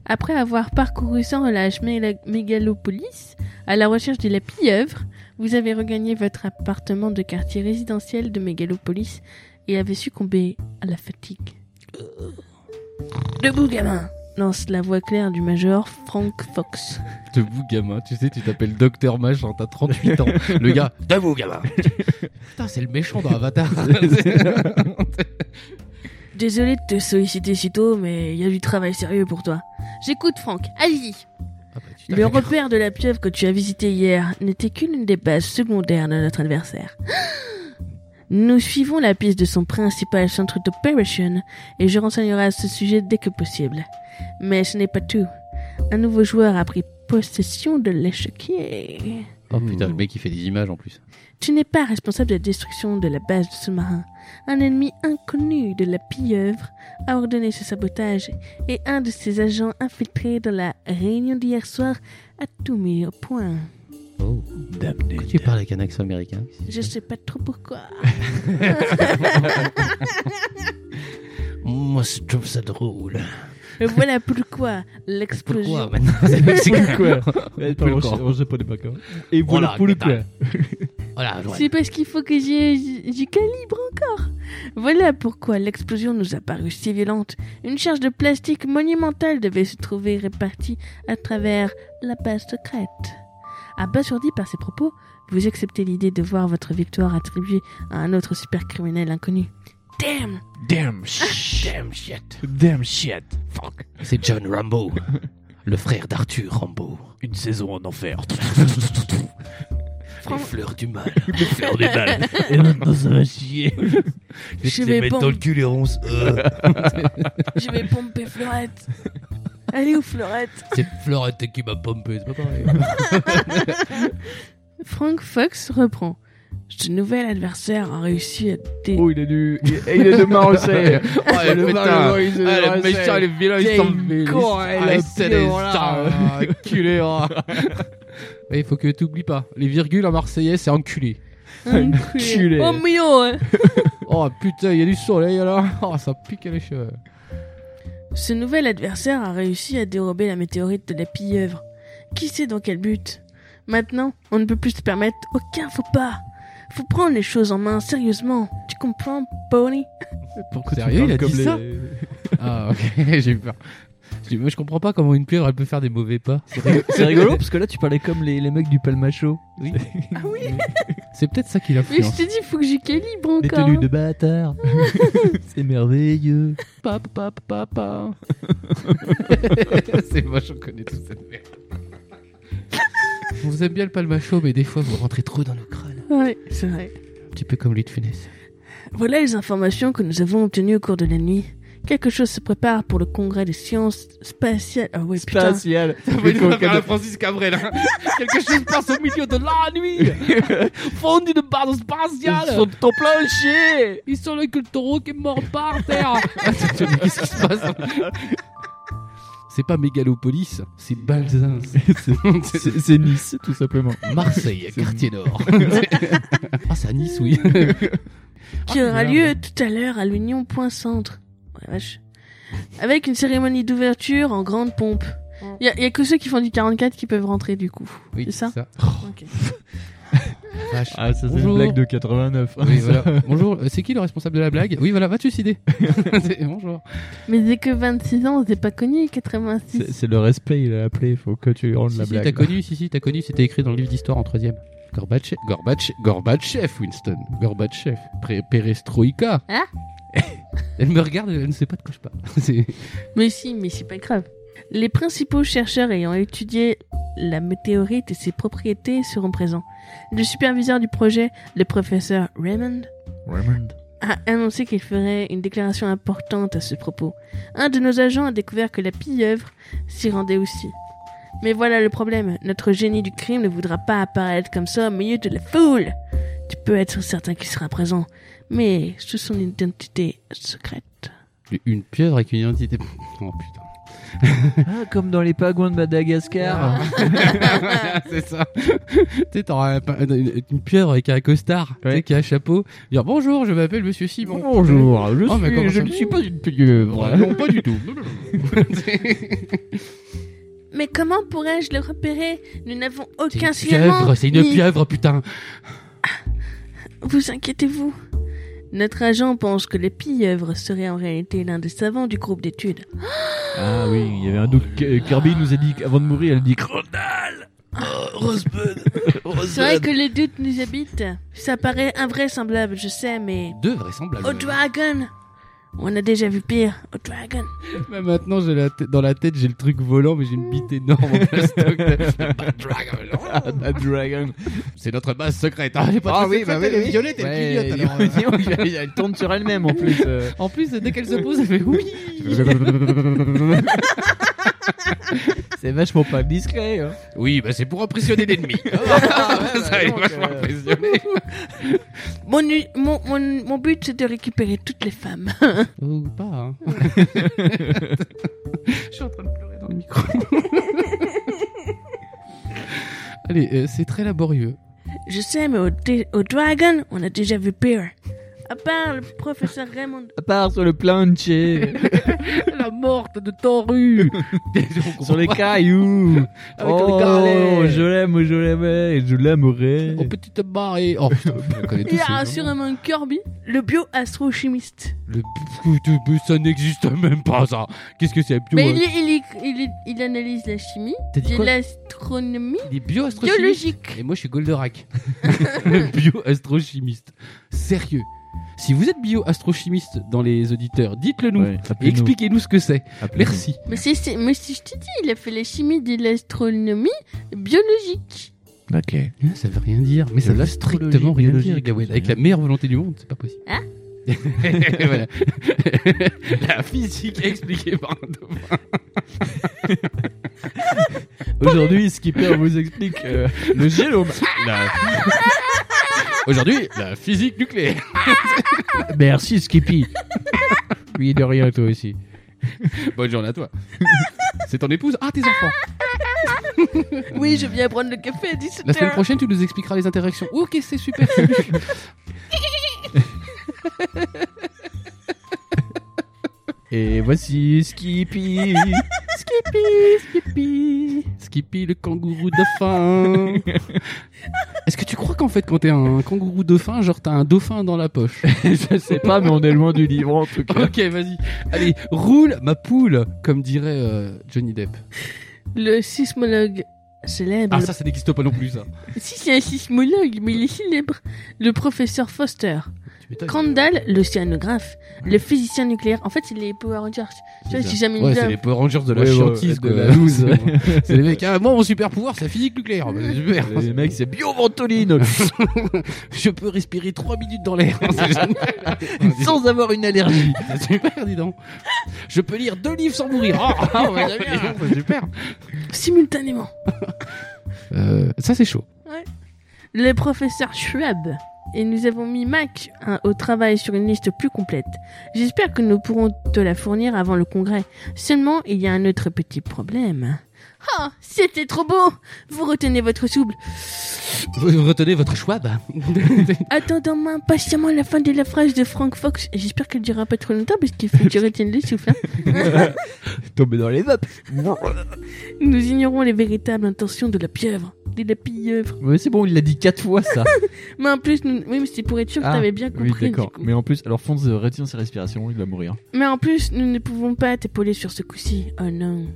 Après avoir parcouru sans relâche Méla- Mégalopolis à la recherche de la pieuvre, vous avez regagné votre appartement de quartier résidentiel de Mégalopolis et avez succombé à la fatigue. Debout, gamin lance la voix claire du major Frank Fox. Debout, gamin. Tu sais, tu t'appelles Docteur Machin, t'as 38 ans. Le gars, debout, gamin. Putain, c'est le méchant dans Avatar. Ah, bah, Désolé de te solliciter si tôt, mais il y a du travail sérieux pour toi. J'écoute Franck. Allez-y. Ah bah, tu t'as Le fait- repère de la pieuvre que tu as visité hier n'était qu'une des bases secondaires de notre adversaire. Nous suivons la piste de son principal centre d'opération et je renseignerai à ce sujet dès que possible. Mais ce n'est pas tout. Un nouveau joueur a pris possession de l'échiquier. Oh putain, le mec il fait des images en plus. Tu n'es pas responsable de la destruction de la base de ce marin. Un ennemi inconnu de la pieuvre a ordonné ce sabotage et un de ses agents infiltrés dans la réunion d'hier soir a tout mis au point. Oh. Damné. Pourquoi tu parles avec un accent américain Je sais pas trop pourquoi. Moi je trouve ça drôle. voilà pourquoi l'explosion. maintenant C'est Pourquoi Plus le corps. En japonais pas quand même. Et Voilà, voilà pour le quoi. putain. Voilà, ouais. C'est parce qu'il faut que j'y j'y calibre encore. Voilà pourquoi l'explosion nous a paru si violente. Une charge de plastique monumentale devait se trouver répartie à travers la base secrète. Abasourdi par ces propos, vous acceptez l'idée de voir votre victoire attribuée à un autre supercriminel inconnu. Damn Damn shit. Damn shit. Damn shit. Fuck. C'est John Rambo. le frère d'Arthur Rambo. Une saison en enfer. Les fleurs du mal. Faire des balles. Et maintenant ça va chier. Je vais, pom- cul les ronces. Euh. je vais pomper Fleurette. Elle est où Fleurette C'est Florette qui m'a pompé, c'est pas pareil. Frank Fox reprend. Ce nouvel adversaire a réussi à dé... Oh, il est du. Il est il est de Marseille. oh, le putain. Marseille, il est de Ah, le Marseille. méchant, les vilains, T'es ils sont une con, hein, Ah, le c'est pire, des voilà. stars, enculé, hein. Ouais, Il faut que t'oublies pas. Les virgules en marseillais, c'est enculé. Enculé. Oh mio hein. Oh putain, il y a du soleil là. Oh, ça pique les cheveux. Ce nouvel adversaire a réussi à dérober la météorite de la pieuvre. Qui sait dans quel but Maintenant, on ne peut plus se permettre aucun faux pas. Faut prendre les choses en main sérieusement. Tu comprends, Pony Pourquoi Sérieux, il a dit ça Ah, ok, j'ai eu peur. Je dis, moi, je comprends pas comment une pieuvre elle peut faire des mauvais pas. C'est rigolo. C'est rigolo parce que là tu parlais comme les, les mecs du Palmacho. Oui. Ah oui C'est peut-être ça qui Mais je l'influence. te dis, faut que j'y calibre Les encore. tenues de bâtard. C'est merveilleux. Papa, papa, papa. C'est moi, j'en connais toute cette merde. On vous aime bien le palmacho, mais des fois vous rentrez trop dans nos crânes. Ouais, c'est vrai. Un petit peu comme lui de Funès. Voilà les informations que nous avons obtenues au cours de la nuit. Quelque chose se prépare pour le congrès des sciences spatiales. Ah ouais, putain. Spatial. Francis Cabrel. Quelque chose passe au milieu de la nuit. Fondu de barre spatiale. ton plancher. Ils sont là que le taureau qui est mort par terre. Qu'est-ce qui se passe C'est pas Mégalopolis, c'est Balzins. C'est c'est Nice tout simplement. Marseille, quartier nord. ah, c'est à Nice, oui. qui Ah, aura merde. lieu tout à l'heure à l'Union Point Centre. Ouais, vache. Avec une cérémonie d'ouverture en grande pompe. Il y, a que ceux qui font du 44 qui peuvent rentrer du coup. Oui, C'est ça Ok. Vache. Ah ça Bonjour. 89. Oui, voilà. Bonjour, euh, c'est qui le responsable de la blague Oui, voilà, va te suicider. C'est- Bonjour. Mais dès que 26 ans, on s'est pas connu 86. C'est c'est le respect il a appelé. Faut que tu lui rendes Si, la si, blague. t'as connu, si, si, t'as connu, c'était écrit dans le livre d'histoire en troisième. Gorbatchev, Gorbatchev, Gorbatchev, Winston. Gorbatchev. Pré- Perestroïka. Hein Elle me regarde, elle ne sait pas de quoi je parle. C'est- Mais si, mais c'est pas grave. Les principaux chercheurs ayant étudié la météorite et ses propriétés seront présents. Le superviseur du projet, le professeur Raymond, Raymond. a annoncé qu'il ferait une déclaration importante à ce propos. Un de nos agents a découvert que la pieuvre s'y rendait aussi. Mais voilà le problème, notre génie du crime ne voudra pas apparaître comme ça au milieu de la foule. Tu peux être certain qu'il sera présent, mais sous son identité secrète. Une pieuvre avec une identité. Oh putain. Ah comme dans les pagouins de Ah, Madagascar. c'est ça. tu sais, t'auras un pa- une, une pieuvre avec un costard, tu sais, Ouais. qui a un chapeau. Dire bonjour, je m'appelle Monsieur Simon. Bonjour. Je, Ah, Oh, mais comment suis, je ça- ne suis pas une pieuvre. Ouais, non, pas du tout. Mais comment pourrais-je le repérer Nous n'avons C'est aucun une signalement. pieuvre, c'est une ni- pieuvre, putain. Vous inquiétez-vous Notre agent pense que les pieuvres seraient en réalité l'un des savants du groupe d'études. Ah oui, il y avait un doute. Ke- Kirby nous a dit avant de mourir, elle dit C'est vrai que le doute nous habite. Ça paraît invraisemblable, je sais, mais... Deux vraisemblables. Oh dragon On a déjà vu pire au Dragon. Bah, maintenant, j'ai la tête- dans la tête, j'ai le truc volant, mais j'ai une bite énorme en plastoc. Bad Dragon. oh, Bad Dragon. C'est notre base secrète. Ah, j'ai pas de bah secret, bah elle est violette, elle clignote, alors, euh. elle tourne sur elle-même en plus. euh. En plus, dès qu'elle se pose, elle fait oui. C'est vachement pas discret. hein. Oui, bah c'est pour impressionner l'ennemi. Ah, Hein. bah, ça est donc, vachement euh. impressionné. Mon, u- mon, mon, mon but, c'est de récupérer toutes les femmes. Ou pas. hein. Je suis en train de pleurer dans le micro. Allez, euh, c'est très laborieux. Je sais, mais au, dé- au Dragon, on a déjà vu pire. À part le professeur Raymond. À part sur le plancher, La morte de Toru. sur les cailloux. Avec oh, les galets. je l'aime, je l'aimais, et je l'aimerai. Oh, petite marée. Oh, putain, je la connais Il tous. y ces a noms. assurément Kirby, le bio-astrochimiste. Le mais ça n'existe même pas, ça. Qu'est-ce que c'est Mais il, est- il, est- il, est- il analyse la chimie, T'as dit de quoi l'astronomie, Il est bioastrochimiste. biologique. Et moi, je suis Goldorak. Le bio-astrochimiste. Sérieux. Si vous êtes bio-astrochimiste dans les auditeurs, dites-le nous. Ouais, Et appelez-nous, expliquez-nous ce que c'est. appelez-nous. Merci. Mais, c'est c'est- mais si je te dis, il a fait la chimie de l'astronomie biologique. Ok. Ça veut rien dire, mais ça De veut l'astrologie strictement rien dire, biologique, Gawain. je Avec dirais. la meilleure volonté du monde, c'est pas possible. Hein Voilà. La physique expliquée par un dauphin. Aujourd'hui, Skipper vous explique euh, le génome. La- Aujourd'hui, la physique nucléaire. Merci, Skippy. Oui, de rien, toi aussi. Bonne journée à toi. C'est ton épouse Ah, tes enfants. Oui, je viens prendre le café à La semaine 17h. prochaine, tu nous expliqueras les interactions. Ok, c'est super. salut. Et voici Skippy. Skippy le kangourou dauphin. Est-ce que tu crois qu'en fait quand t'es un kangourou dauphin, genre t'as un dauphin dans la poche Je sais pas, mais on est loin du livre en tout cas. Ok, vas-y. Allez, roule ma poule, comme dirait euh, Johnny Depp. Le sismologue célèbre. Ah ça, ça n'existe pas non plus ça. Si, c'est un sismologue, mais il est célèbre. Le professeur Foster. Crandall, l'océanographe. Le physicien nucléaire. En fait, c'est les Power Rangers. Tu vois, ça. si jamais Ouais, une c'est dame- les Power Rangers de la Ouais, ouais, chiantise, de quoi. la loose. c'est les mecs. Ah, moi, mon super pouvoir, c'est la physique nucléaire. Bah, super. Les mecs, c'est Bioventoline Je peux respirer 3 minutes dans l'air. C'est génial. sans avoir une allergie. C'est super, dis donc. Je peux lire deux livres sans mourir. Oh, oh, ouais, c'est bien. C'est super. simultanément. Euh, ça, c'est chaud. Le professeur Schwab. Et nous avons mis Mac hein, au travail sur une liste plus complète. J'espère que nous pourrons te la fournir avant le congrès. Seulement, il y a un autre petit problème. Ah, c'était trop beau Vous retenez votre souble, Vous retenez votre choix, bah. attendant impatiemment la fin de la phrase de Frank Fox. J'espère qu'elle durera pas trop longtemps parce qu'il faut que tu retiennes le souffle. hein. Tombé dans les vapes. Nous ignorons les véritables intentions de la pieuvre. De la pieuvre. Mais c'est bon, il l'a dit quatre fois ça. Mais en plus, nous... oui, mais c'est pour être sûr que Ah, t'avais bien oui, compris. d'accord. du coup. Mais en plus, alors Fonz euh, retient ses respirations, il va mourir. Mais en plus, nous ne pouvons pas t'épauler sur ce coup-ci. Oh non.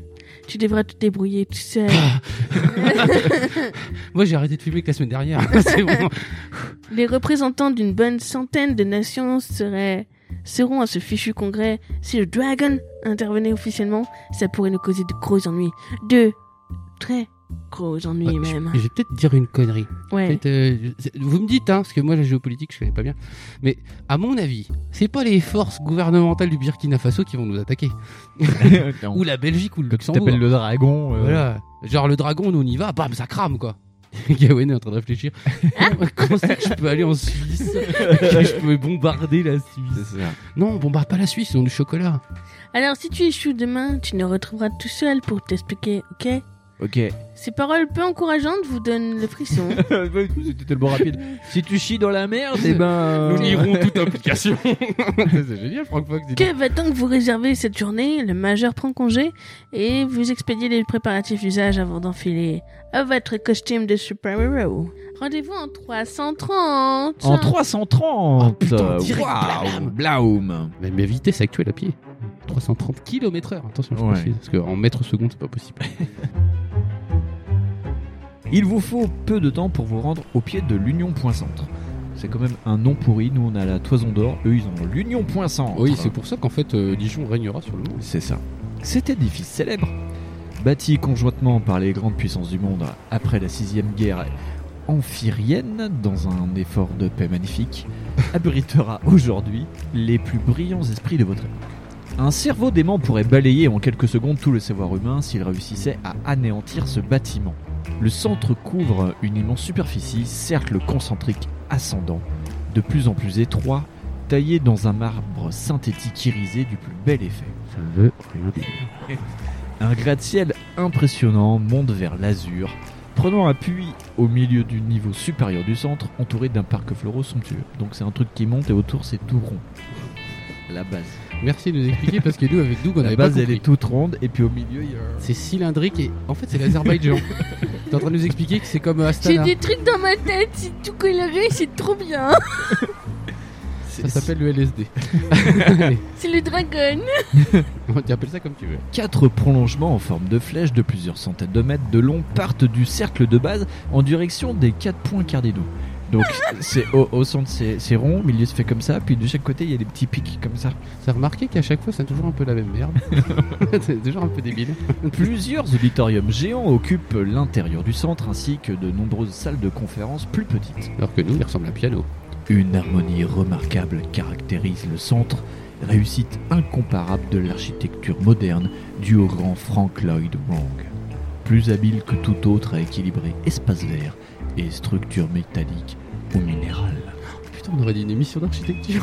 Tu devras te débrouiller tout seul. Ah. Moi, j'ai arrêté de fumer que la semaine dernière. c'est bon. Les représentants d'une bonne centaine de nations seraient seront à ce fichu congrès. Si le Dragon intervenait officiellement, ça pourrait nous causer de gros ennuis. De très gros ennuis Ouais, je- même. Je vais peut-être dire une connerie. Ouais. Peut-être, euh, c'est- vous me dites, hein, parce que moi, la géopolitique, je connais pas bien. Mais à mon avis, c'est pas les forces gouvernementales du Burkina Faso qui vont nous attaquer. Ou la Belgique ou le Tu Luxembourg. t'appelles le dragon. euh, Voilà. Genre le dragon, nous on y va, bam, ça crame quoi. Gawain est en train de réfléchir. Comment c'est que je peux aller en Suisse Que Je peux bombarder la Suisse. c'est ça. Non, on bombarde pas la Suisse, on a du chocolat. Alors si tu échoues demain, tu nous retrouveras tout seul pour t'expliquer, ok Ok. Ces paroles peu encourageantes vous donnent le frisson. C'était tellement rapide. Si tu chies dans la merde, eh ben. Nous lirons toute implication. c'est génial, Frank Fox. dis donc. Que va-t-on que vous réservez cette journée Le majeur prend congé et vous expédiez les préparatifs d'usage avant d'enfiler à votre costume de super-héros. Rendez-vous en 330 En 330 Oh, putain, direct, Waouh, blablam. Blaum Mais ma vitesse actuelle à pied 330 km/h. Attention, je Ouais. précise, parce qu'en mètres secondes, c'est pas possible. Il vous faut peu de temps pour vous rendre au pied de l'Union Poincentre. C'est quand même un nom pourri. Nous, on a la Toison d'Or. Eux, ils ont l'Union Point Centre. Oui, c'est pour ça qu'en fait euh, Dijon régnera sur le monde. C'est ça. Cet édifice célèbre, bâti conjointement par les grandes puissances du monde après la sixième guerre amphirienne, dans un effort de paix magnifique, abritera aujourd'hui les plus brillants esprits de votre époque. Un cerveau dément pourrait balayer en quelques secondes tout le savoir humain s'il réussissait à anéantir ce bâtiment. Le centre couvre une immense superficie, cercle concentrique ascendant, de plus en plus étroit, taillé dans un marbre synthétique irisé du plus bel effet. Ça veut rien dire. Un gratte-ciel impressionnant monte vers l'azur, prenant appui au milieu du niveau supérieur du centre, entouré d'un parc floraux somptueux. Donc c'est un truc qui monte et autour c'est tout rond. La base. Merci de nous expliquer parce que nous, avec nous, on la avait pas base elle compris. est toute ronde et puis au milieu il y a. C'est cylindrique et en fait c'est l'Azerbaïdjan. T'es en train de nous expliquer que c'est comme euh, J'ai Astana. des trucs dans ma tête, c'est tout coloré, c'est trop bien. Ça s'appelle le LSD. C'est le dragon. On t'appelle ça comme tu veux. Quatre prolongements en forme de flèche de plusieurs centaines de mètres de long partent du cercle de base en direction des quatre points cardinaux. Donc c'est au, au centre c'est c'est rond, au milieu se fait comme ça, puis de chaque côté il y a des petits pics comme ça. T'as remarqué qu'à chaque fois c'est toujours un peu la même merde. c'est toujours un peu débile. Plusieurs auditoriums géants occupent l'intérieur du centre ainsi que de nombreuses salles de conférences plus petites. Alors que nous, il ressemble à un piano. Une harmonie remarquable caractérise le centre, réussite incomparable de l'architecture moderne due au grand Frank Lloyd Wrong. Plus habile que tout autre à équilibrer espace vert et structure métallique ou minérale. Putain, on aurait dit une émission d'architecture.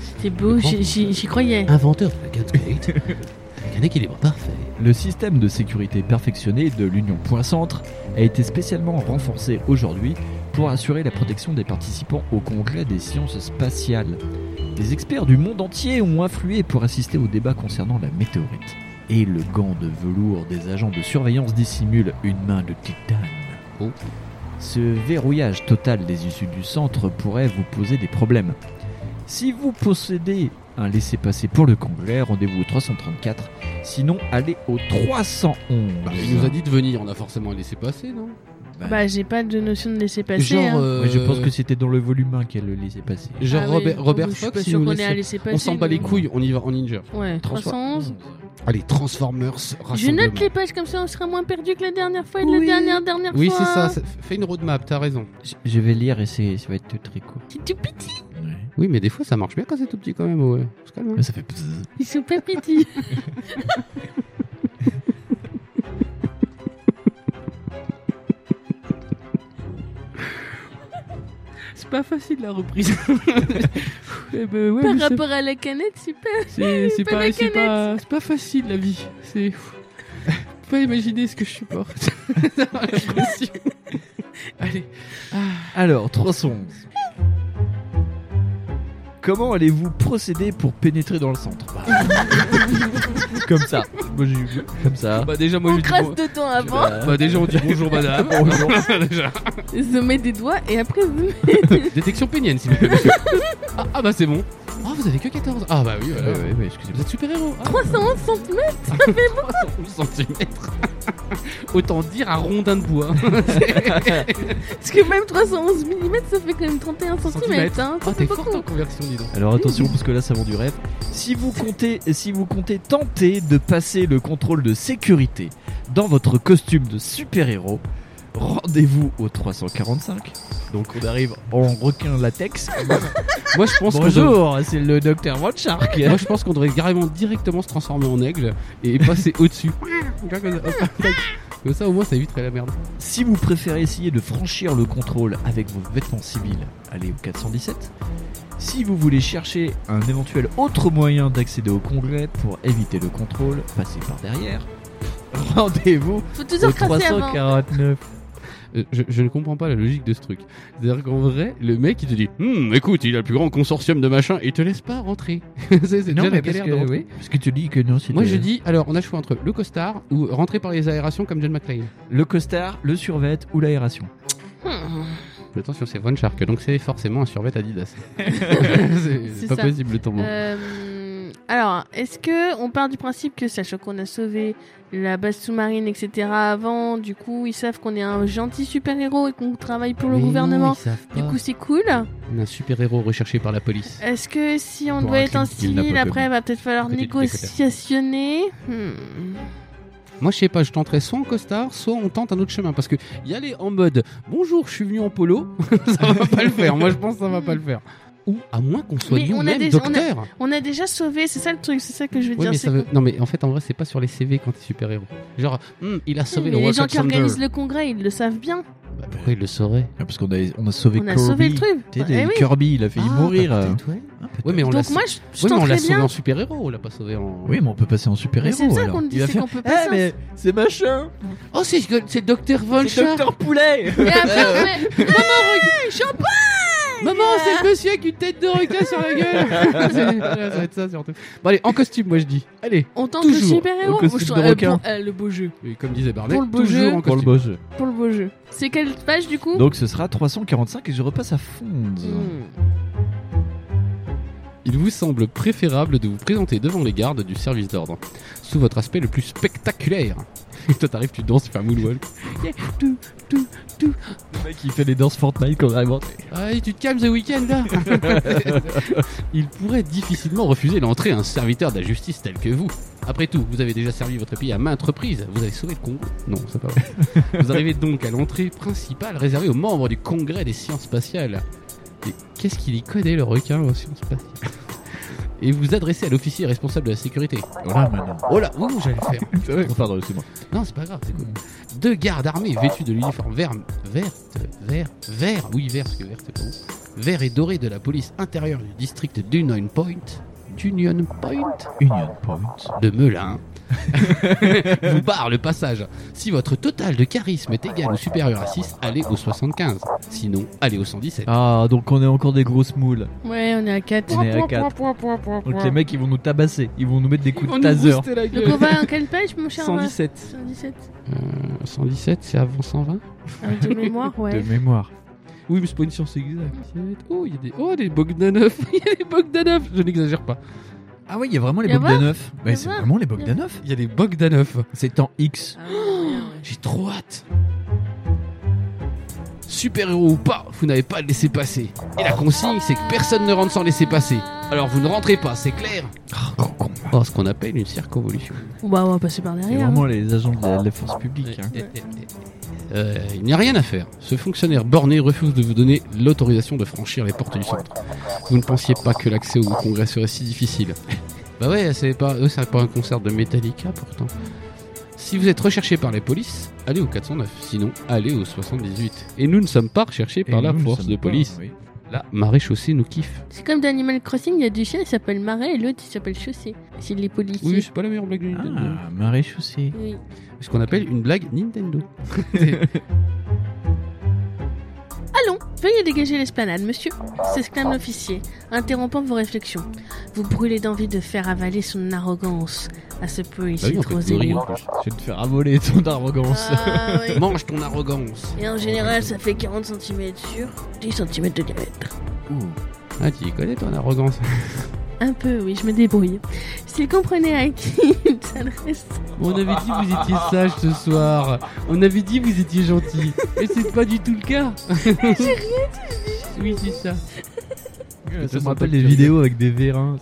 C'était beau, j'y- j'y j'y croyais. Ah. Inventeur de la Gate. Avec un équilibre parfait. Le système de sécurité perfectionné de l'Union Point Centre a été spécialement renforcé aujourd'hui pour assurer la protection des participants au congrès des sciences spatiales. Des experts du monde entier ont afflué pour assister au débat concernant la météorite. Et le gant de velours des agents de surveillance dissimule une main de titane. Oh. Ce verrouillage total des issues du centre pourrait vous poser des problèmes. Si vous possédez un laissez-passer pour le congrès, rendez-vous au 334 Sinon, allez au 311. Bah, il nous a dit de venir, on a forcément laissé passer, non Bah, j'ai pas de notion de laisser passer. Genre. hein. euh, Ouais, je pense que c'était dans le volume 1 qu'elle le laissait passer. Genre Ah oui, Robert, je Robert suis pas Fox, il sûre nous qu'on ait laissait- à laisser passer, on s'en bat nous. les couilles, on y va en ninja. Ouais, 311. Allez, Transformers, Je note rassemblement. les pages comme ça, on sera moins perdu que la dernière fois et de Oui. la dernière dernière Oui, fois. hein. c'est ça, ça- fais une roadmap, t'as raison. Je- Je vais lire et c'est- ça va être très court. C'est tout petit. Oui, mais des fois ça marche bien quand c'est tout petit quand même, ouais. On se calme, hein. Ça fait bzzz. Ils sont pas petits. C'est pas facile la reprise. Eh ben Par rapport à la canette, super. c'est pas pas- la c'est canette. pas- facile la vie. C'est. Faut pas imaginer ce que je supporte. Allez. Alors, 311. Comment allez-vous procéder pour pénétrer dans le centre Comme ça. Moi, j'ai eu- Comme ça. Bah déjà moi On je dis crasse bon- dedans avant, Bah, Bah déjà on dit bonjour madame. Bonjour. Déjà. se met des doigts et après se met- Détection pénienne s'il vous plaît monsieur. Ah, ah, bah c'est bon. Ah vous avez que 14. Ah bah oui voilà. Ouais, ouais, ouais, excusez-moi. Vous êtes Ah, super héros. 311 cm. 311 centimètres. Autant dire un rondin de bois. Parce que même 311 mm, ça fait quand même 31 cm. Hein. Ah Ça fait t'es forte en beaucoup. conversion dis donc. Alors attention parce que là ça vend du rêve. Si vous comptez, si vous comptez tenter de passer le contrôle de sécurité dans votre costume de super-héros, rendez-vous au 345. Donc on arrive en requin latex. Moi je pense que Bonjour, c'est le docteur Von Shark. Moi je pense qu'on devrait carrément directement se transformer en aigle et passer au-dessus. Comme ça au moins ça éviterait la merde. Si vous préférez essayer de franchir le contrôle avec vos vêtements civils, allez au 417. Si vous voulez chercher un éventuel autre moyen d'accéder au congrès pour éviter le contrôle, passez par derrière. Rendez-vous Faut toujours crasser avant. Euh, Je, je ne comprends pas la logique de ce truc. C'est-à-dire qu'en vrai, le mec il te dit Hum, écoute, il a le plus grand consortium de machin, il te laisse pas rentrer. c'est c'est déjà la galère de rentrer. parce que tu dis que non, c'est Moi je dis alors on a le choix entre le costard ou rentrer par les aérations comme John McClane. le costard, le survêt ou l'aération. Hmm. Attention, c'est Von Shark donc c'est forcément un survêt Adidas. c'est c'est C'est pas ça. possible le temps. Euh, Alors, est-ce que on part du principe que sachant qu'on a sauvé la base sous-marine, etc. avant, du coup, ils savent qu'on est un gentil super-héros et qu'on travaille pour le Mais non, gouvernement. ils savent Du pas. coup, c'est cool. On a un super-héros recherché par la police. Est-ce que si on Pour doit un être un crime qu'il n'a civil, pas après, commis. il va peut-être falloir Peut-être du négociationner Hmm. Moi, je sais pas, je tenterais soit en costard, soit on tente un autre chemin. Parce que y aller en mode bonjour, je suis venu en polo, ça va pas le faire. Moi, je pense que ça va pas le faire. Ou à moins qu'on soit Mais on a nous-mêmes déjà- on a- docteur. On a déjà sauvé, c'est ça le truc, c'est ça que je veux Ouais, dire. mais c'est ça que- veut- Non, mais en fait, en vrai, c'est pas sur les CV quand t'es super-héros. Genre, Hmm, il a sauvé Mais le les Rock gens of qui Thunder. organisent le congrès, ils le savent bien. Bah, pourquoi il le saurait Ah, Parce qu'on a, on a sauvé on a Kirby. sauvé le truc. Tu sais, Eh oui. Kirby, il a failli mourir. Ah, euh. peut-être, ouais. Ah, peut-être. Ouais, mais on l'a Donc sau- moi, je, je Ouais, mais on l'a tenterais sauvé bien. en super-héros, on l'a pas sauvé en. Oui, mais on peut passer en Mais super-héros. c'est ça alors. qu'on dit, Il va c'est faire, qu'on peut Eh, Ah, pas. mais c'est machin Oh, c'est c'est Docteur Von Schar. Poulet Et après, Ah, on fait- Maman, c'est le monsieur avec une tête de requin sur la gueule. C'est- voilà, ça va être ça surtout. Bon, allez, en costume, moi je dis. Allez. on tente le Toujours super-héros. au costume Je- de euh, requin. pour- euh, le beau jeu. Et comme disait Barnet, Pour le beau toujours jeu. en Pour le costume. beau jeu. Pour le beau jeu. C'est quelle page du coup Donc ce sera 345 et je repasse à Fonds. Hmm. Il vous semble préférable de vous présenter devant les gardes du service d'ordre, sous votre aspect le plus spectaculaire. Et toi, t'arrives, tu danses, tu fais un moonwalk. Yeah, tout, tout, tout. Le mec il fait les danses Fortnite comme vraiment. Ah, tu te calmes ce week-end là Il pourrait difficilement refuser l'entrée à un serviteur de la justice tel que vous. Après tout, vous avez déjà servi votre pays à maintes reprises, vous avez sauvé le Congo. Non, c'est pas vrai. vous arrivez donc à l'entrée principale réservée aux membres du Congrès des sciences spatiales. Et qu'est-ce qu'il y connaît le requin aux sciences spatiales Et vous adressez à l'officier responsable de la sécurité. Voilà maintenant. Oh là, ouh, j'allais le faire. Pardon, c'est moi. Non, c'est pas grave, c'est cool. Deux gardes armés vêtus de l'uniforme vert, vert, vert, vert, oui vert, parce que vert c'est pas bon. Vert et doré de la police intérieure du district d'Union Point, d'Union Point, Union Point. de Melun, vous barre le passage. Si votre total de charisme est égal ou supérieur à 6, allez au 75. Sinon, allez au 117. Ah, donc on est encore des grosses moules. Ouais, on est à 4. On est à 4. Donc les mecs ils vont nous tabasser. Ils vont nous mettre des coups de taser. Donc on va en quelle page, mon cher 117. 117. 117, c'est avant 120 Ah, De mémoire, De ouais. mémoire. Oui, mais c'est pas une science exacte. Oh, il y a des, oh, des Bogdanov. Il y a des Bogdanov. Je n'exagère pas. Ah ouais, il y a vraiment les Y a Bogdanov. Y Bah, a c'est voir. vraiment les Bogdanov. Il y a des Bogdanov. C'est en X. Ah, ouais, ouais. J'ai trop hâte. Super-héros ou pas, vous n'avez pas de laisser passer. Et la consigne, c'est que personne ne rentre sans laisser passer. Alors vous ne rentrez pas, c'est clair Ah, gros con. Oh, ce qu'on appelle une circonvolution. Bon, Bah, on va passer par C'est derrière. hein. vraiment les agents de la, de la force publique. Eh, hein. Euh, il n'y a rien à faire. Ce fonctionnaire borné refuse de vous donner l'autorisation de franchir les portes du centre. Vous ne pensiez pas que l'accès au congrès serait si difficile. bah ouais, c'est pas, eux, c'est pas un concert de Metallica pourtant. Si vous êtes recherché par les polices, allez au 409. Sinon, allez au 78. Et nous ne sommes pas recherchés par Et la nous ne force sommes de pas, police. oui. La maréchaussée nous kiffe. C'est comme d'Animal Crossing, il y a du chien, il s'appelle Marais et l'autre, il s'appelle Chaussée. C'est les policiers. Oui, c'est pas la meilleure blague de Nintendo. Ah, marais chaussée. Oui. Ce qu'on appelle une blague Nintendo. Allons, veuillez dégager l'esplanade, monsieur, s'exclame l'officier, interrompant vos réflexions. Vous brûlez d'envie de faire avaler son arrogance à ce Bah policier oui, en trop fait, vous riez, zélé. en plus. Je vais te faire avaler ton arrogance. Ah, oui. Mange ton arrogance. Et en général, ça fait 40 cm sur 10 cm de diamètre. Ah, tu y connais ton arrogance. Un peu, oui, je me débrouille. S'il comprenait à qui il s'adresse. On avait dit vous étiez sage ce soir. On avait dit vous étiez gentil. Et c'est pas du tout le cas. Oui, c'est ça. Ça me rappelle les vidéos avec des vérins.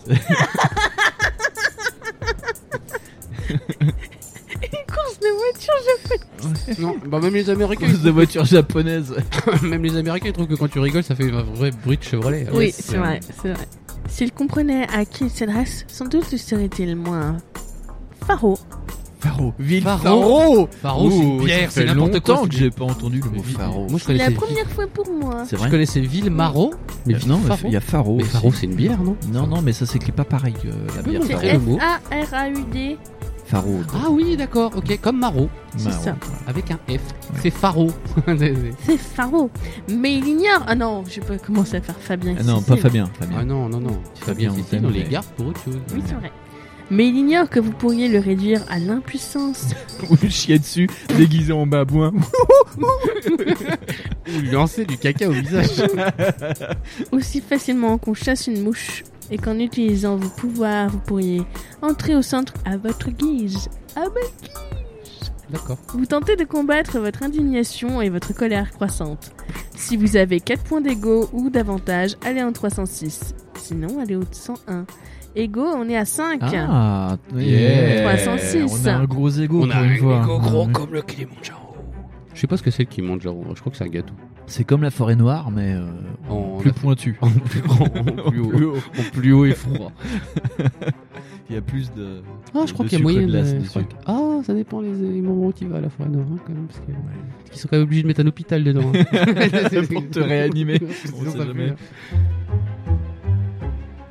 Course de voiture, Non, bah même les Américains, de voitures japonaises. même les Américains, ils trouvent que quand tu rigoles, ça fait un vrai bruit de Chevrolet. Oui, Yes. c'est vrai, c'est vrai. S'il comprenait à qui il s'adresse, sans doute serait-il moins. Pharo. Faro. Ville Faro. Faro. Faro, c'est Oh, une pierre, c'est n'importe quoi. que c'est- j'ai pas entendu le mot Faro. Moi, je C'est la connaissais, première fois pour moi. C'est je vrai. connaissais Ville Maro, mais Ville non, Faro. il y a Euh, Faro. Mais aussi. Faro, c'est une bière, non Non, non, mais ça s'écrit pas pareil. euh, la bière montrer. Faro. vrai C'est le mot. F-A-R-A-U-D. Faro. Bah, Ah oui, d'accord, ok, comme Maro, c'est ça. avec un F. C'est Faro. C'est Faro. Mais il ignore. Ah non, je peux commencer à faire Fabien. Ah non, Cissé. pas Fabien. Fabien. ah non, non, non. C'est C'est bien, bien, c'est on dans les t'aime, gares pour autre chose. Oui, c'est vrai. Mais il ignore que vous pourriez le réduire à l'impuissance. Ou le chier dessus, déguisé en babouin. Ou lui lancer du caca au visage. Aussi facilement qu'on chasse une mouche. et qu'en utilisant vos pouvoirs, vous pourriez entrer au centre à votre guise. À votre guise D'accord. Vous tentez de combattre votre indignation et votre colère croissante. Si vous avez 4 points d'ego ou davantage, allez en 306. Sinon, allez au 101. Ego, on est à 5. Ah, Yeah. 306. On a un gros ego pour une fois. Ouais. comme le Kilimanjaro. Je sais pas ce que c'est le Kilimanjaro. hein. Je crois que c'est un gâteau. C'est comme la forêt noire, mais euh, En plus Afrique. pointu. En plus, en- en plus haut, en plus haut et froid. Il y a plus de. Ah, je crois De qu'il y a moyen sucre et de glace de. dessus. Ah, ça dépend les, les moments où tu vas à la forêt noire, hein, quand même. Parce que- parce qu'ils sont quand même obligés de mettre un hôpital dedans. hein. Pour te réanimer. On Sinon, sait ça fait- euh, jamais.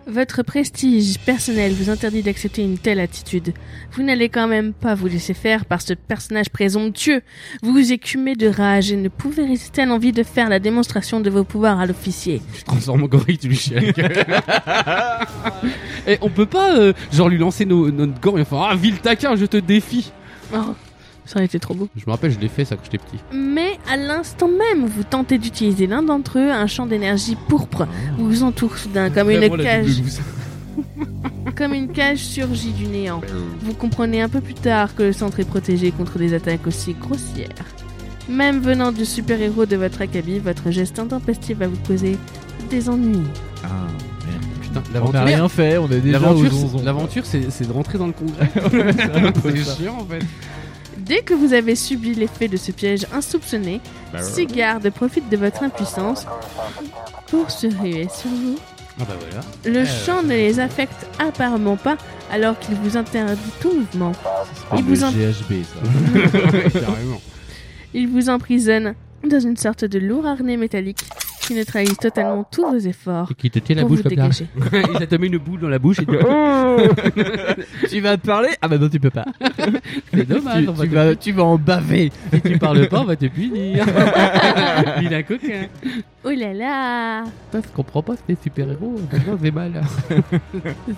Votre prestige personnel vous interdit d'accepter une telle attitude. Vous n'allez quand même pas vous laisser faire par ce personnage présomptueux. Vous vous écumez de rage et ne pouvez résister à l'envie de faire la démonstration de vos pouvoirs à l'officier. Tu transformes en gorille, tu lui chies à la gueule. Et on peut pas, euh, genre, lui lancer nos, notre gant et faire Ah, ville taquin, je te défie. Oh, ça aurait été trop beau. Je me rappelle, je l'ai fait ça quand j'étais petit. Mais à l'instant même, vous tentez d'utiliser l'un d'entre eux, un champ d'énergie pourpre, vous vous entoure soudain comme une Vraiment, la cage. double loose. comme une cage surgit du néant. Vous comprenez un peu plus tard que le centre est protégé contre des attaques aussi grossières. Même venant du super-héros de votre acabit, votre geste intempestif va vous causer des ennuis. Ah, merde. Putain, On n'a l'aventure. rien fait, on est déjà L'aventure, aux c'est- onzons. l'aventure, c'est c'est de rentrer dans le congrès. c'est chiant en fait. Dès que vous avez subi l'effet de ce piège insoupçonné, ces gardes profitent de votre impuissance pour se ruer sur vous. Ah bah voilà. Le chant ne les affecte apparemment pas alors qu'il vous interdit tout mouvement. Ah, Il le vous en- GHB, ça. Carrément. Il vous emprisonne dans une sorte de lourd harnais métallique qui neutralise totalement tous vos efforts Et qui te tient la pour bouche vous comme ça. dégager. Il te met une boule dans la bouche et tu tu vas parler Ah bah non, tu peux pas. C'est dommage. tu, on va tu te- vas, tu vas en baver. Si tu parles pas, on va te punir. Il a coquin. Oh là là Putain, je comprends pas c'était super-héros. Maintenant, j'ai mal.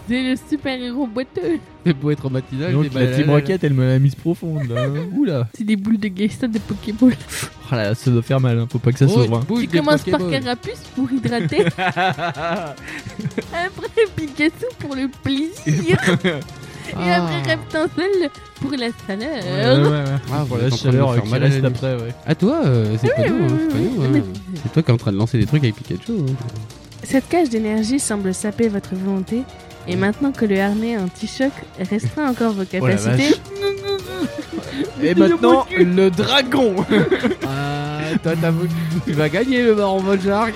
C'est le super-héros boiteux C'est beau être au matinal. Donc, j'ai mal à la team la- Rocket, elle me l'a mise profonde. Là. Oula. C'est des boules de Gesta de Pokéball. Oh là, là, ça doit faire mal, hein. faut pas que ça Oh, s'ouvre. hein. bouge Tu des commences par Pokémon. Carapuce pour hydrater. après Pikachu pour le plaisir. Et Ah. après Reptincelle pour la hein. Ouais, chaleur. ouais, ouais. Ah, Pour vous la êtes en train de me chaleur faire qui mal à la reste nuque. après, ouais. Ah, toi, euh, c'est pas nous. hein, c'est pas oui, nous, oui, hein. mais- C'est toi qui es en train de lancer des trucs avec Pikachu. hein. Cette cage d'énergie semble saper votre volonté. Et maintenant que le harnais anti-choc restreint encore vos Oh la vache. capacités, Et maintenant, le dragon Ah, toi, tu vas gagner le baron Voljark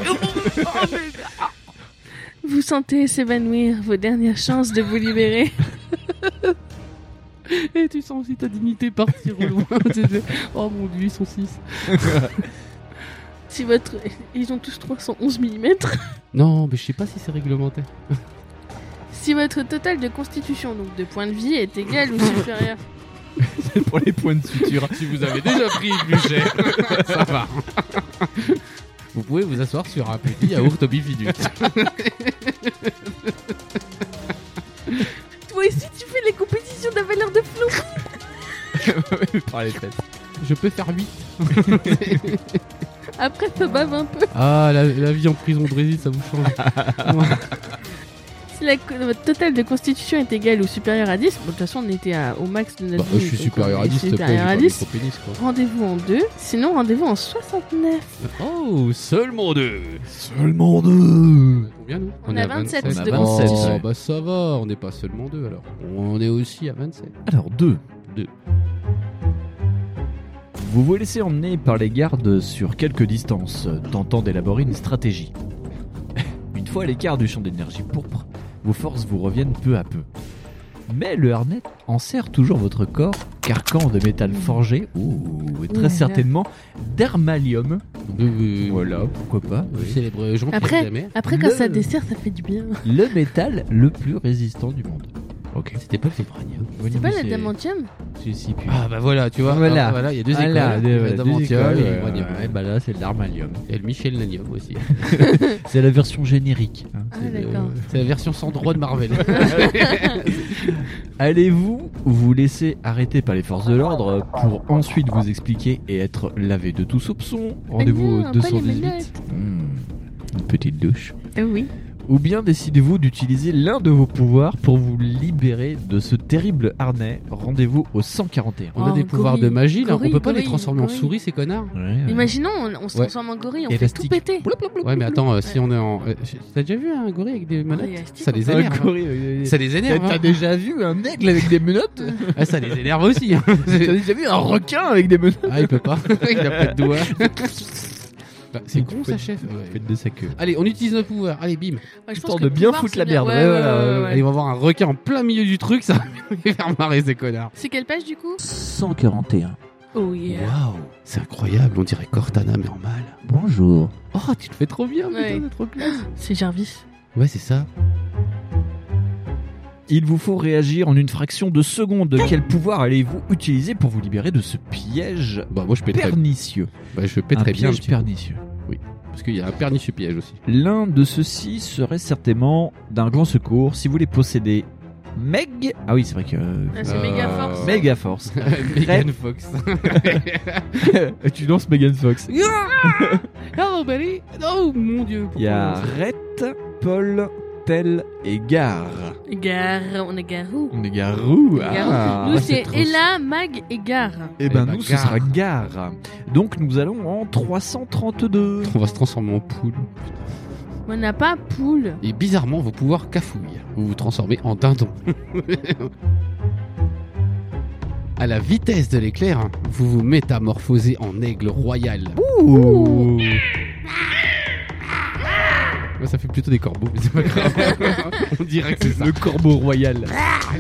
vous sentez s'évanouir vos dernières chances de vous libérer. Et tu sens aussi ta dignité partir au loin. Tu sais, oh mon dieu, ils sont 6. Si votre... Ils ont tous 311 mm. Non, mais je sais pas si c'est réglementaire. Si votre total de constitution, donc de points de vie, est égal ou supérieur. pour les points de suture. Si vous avez déjà pris plus cher, ça va. Vous pouvez vous asseoir sur un petit yaourt au bifidus. Toi aussi, tu fais les compétitions de la valeur de flou. Par les têtes. Je peux faire 8. Après, ça bave un peu. Ah, la, la vie en prison de Brésil, ça vous change. Si la- Bah, votre total de constitution est égal ou supérieur à 10, bon, de toute façon, on était à- au max de notre Bah, je vie, suis donc supérieur on à est 10, s'il te plaît. j'ai supérieur pas à mis 10. trop pénis, quoi. Rendez-vous en 2, sinon rendez-vous en 69. Oh, seulement deux. Seulement deux Combien nous On est a à 27 27. de On a 27, constitution. Oh, ouais. bah ça va, on n'est pas seulement deux alors. On est aussi à 27. Alors, deux. Deux. Vous vous laissez emmener par les gardes sur quelques distances, tentant d'élaborer une stratégie. une fois à l'écart du champ d'énergie pourpre, vos forces vous reviennent peu à peu. Mais le harnais enserre toujours votre corps, carcan de métal forgé, ou Ouh là très là. certainement d'armalium. Voilà, pourquoi pas. Le célèbre Jean-Pierre Après- Damer. Après, quand Le- ça dessert, ça fait du bien. Le métal le plus résistant du monde. Ok. C'était pas le vibranium. C'est pas la damantium Si, si, puis- Ah bah voilà, tu vois. Voilà. Ah, voilà, il y a deux écoles. euh, Voilà, Il y a voilà, deux Damantium et le écoles, ouais, vibranium. ouais, bah là, c'est de l'armalium. Et le Michel Nanium aussi. C'est la version générique. hein. Ah, C'est le- d'accord. C'est euh, la version sans droit de Marvel. Allez-vous vous laisser arrêter par les forces de l'ordre pour ensuite vous expliquer et être lavé de tout soupçon non, Rendez-vous au pas les 218. menottes. Hmm, une petite douche. Euh, oui. Ou bien décidez-vous d'utiliser l'un de vos pouvoirs pour vous libérer de ce terrible harnais Rendez-vous au 141. Oh, On a des gorille, pouvoirs de magie là, on gorille, peut pas les gorille, transformer en gorille. souris ces connards Imaginons, on, on se Ouais. transforme en gorille, on Élastique. fait tout péter. Ouais, mais attends, euh, si on est en. euh, T'as déjà vu un gorille avec des Gorille menottes élastique, Ça Oh, les énerve. hein. Ça les énerve. hein. déjà vu un aigle avec des menottes Ah, ça les énerve aussi. hein. déjà vu un requin avec des menottes Ah, il peut pas. Il a pas de doigts. Bah, C'est Il con fait- ça, chef. Ouais. Faites de sa queue. Allez, on utilise nos pouvoirs. Allez, bim. Ouais, je Histoire pense que de bien pouvoir, foutre c'est la bien. merde. Ouais, Ouais, ouais, voilà, ouais, ouais. Allez, on va voir un requin en plein milieu du truc, ça va les faire marrer ces connards. C'est quelle page du coup 141. Oh yeah. Waouh, c'est incroyable, on dirait Cortana mais en mal. Bonjour. Oh, tu le fais trop bien, Ouais. putain, c'est trop classe. C'est Jarvis. Ouais, c'est ça. Il vous faut réagir en une fraction de seconde. Quel pouvoir allez-vous utiliser pour vous libérer de ce piège Bah, moi je pèterais, pernicieux bah, je pèterais Un bien, piège tu- pernicieux. parce qu'il y a un pernicieux piège aussi. L'un de ceux-ci serait certainement d'un grand secours si vous les possédez. Meg Ah oui, c'est vrai que. Ah, c'est Euh, méga force. Mega Force. Megan Fox. tu lances Megan Fox. Ah, Hello, bah buddy. Oh mon dieu. Il y a Rhett, Paul, Tel et Gar. Gare, on est garou. On est Garou. Garou. Nous, c'est Ah, trop- Ella, Mag et Gare. Eh ben, Eh ben, nous, Gar. ce sera Gar. Donc, nous allons en 332. On va se transformer en poule. On n'a pas poule. Et bizarrement, vos pouvoirs cafouillent. Vous vous transformez en dindon. à la vitesse de l'éclair, vous vous métamorphosez en aigle royal. Ouh. Ouais, Ça fait plutôt des corbeaux, mais c'est pas grave. On dirait que c'est ça. Le corbeau royal.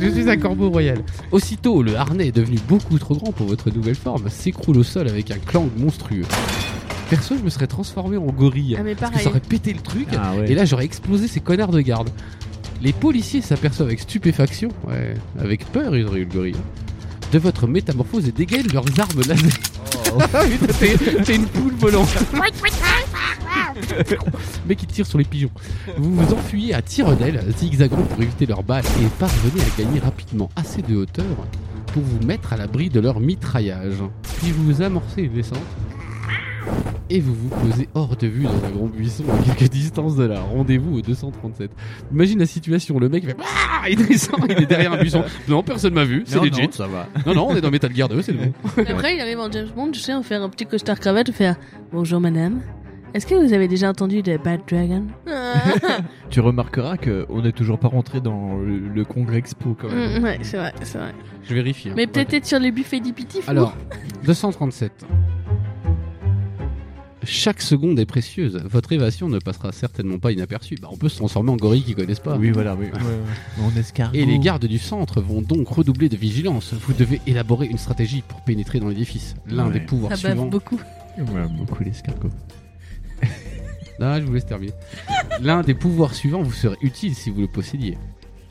Je suis un corbeau royal. Aussitôt, le harnais est devenu beaucoup trop grand pour votre nouvelle forme, s'écroule au sol avec un clang monstrueux. Perso, je me serais transformé en gorille. Ah, mais Parce que pareil. ça aurait pété le truc. Ah ouais. Et là, j'aurais explosé ces connards de garde. Les policiers s'aperçoivent avec stupéfaction, ouais, avec peur, ils auraient eu le gorille, hein, de votre métamorphose et dégainent leurs armes Ah laser. Oh. Putain, t'es- T'es une poule volante. Mais qui tire sur les pigeons. Vous vous enfuyez à tire d'aile, zigzagant pour éviter leurs balles et parvenez à gagner rapidement assez de hauteur pour vous mettre à l'abri de leur mitraillage. Puis vous amorcez une descente et vous vous posez hors de vue dans un grand buisson à quelques distances de là. Rendez-vous au 237. Imagine la situation, le mec fait Ah il descend, il est derrière un buisson. Non, personne m'a vu, c'est Non, legit. non, ça va. Non, non, on est dans Metal Gear 2, c'est bon. Après, il arrive en James Bond, je sais, on fait un petit costard cravate, on fait Bonjour madame. Est-ce que vous avez déjà entendu de Bad Dragon Tu remarqueras qu'on n'est toujours pas rentré dans le, le Congrès Expo quand même. Mm, Ouais, c'est vrai, c'est vrai. Je vérifie. hein. Mais peut-être être sur le buffet d'Ipitif. Alors, 237. Chaque seconde est précieuse. Votre évasion ne passera certainement pas inaperçue. Bah, on peut se transformer en gorille qui connaissent mm. pas. Oui, voilà, oui. On escargot. Et les gardes du centre vont donc redoubler de vigilance. Vous devez élaborer une stratégie pour pénétrer dans l'édifice. L'un Ouais. des pouvoirs ça bave suivants. beaucoup. On aime beaucoup l'escargot. Ah, je vous laisse terminer. L'un des pouvoirs suivants vous serait utile si vous le possédiez.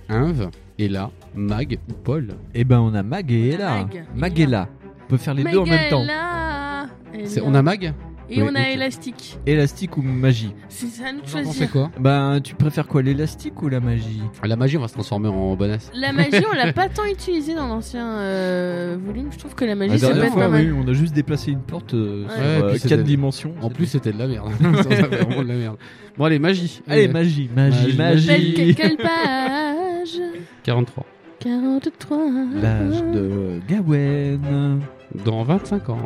Inve, Ella, Mag ou Paul. Eh ben, on a Mag On et a Ella. Mag. Mag et Ella. On peut faire les deux en même temps. Là, C'est- On a Mag Et Oui, on a ok. élastique. Élastique ou magie C'est ça à nous de Vous en pensez choisir. quoi Ben, tu préfères quoi, l'élastique ou la magie À La magie, on va se transformer en bonasse. La magie, on l'a pas tant utilisée dans l'ancien euh, volume. Je trouve que la magie, La ça peut dernière être fois, pas mal. oui, on a juste déplacé une porte euh, Ouais. sur Ouais, euh, puis c'était- quatre dimensions. En plus, c'était de la merde. Ça, ça fait vraiment de la merde. Bon, allez, magie. Allez, magie, magie, Magie. Belle magie. que- quelle page 43. 43. L'âge de Gawen. Dans 25 ans.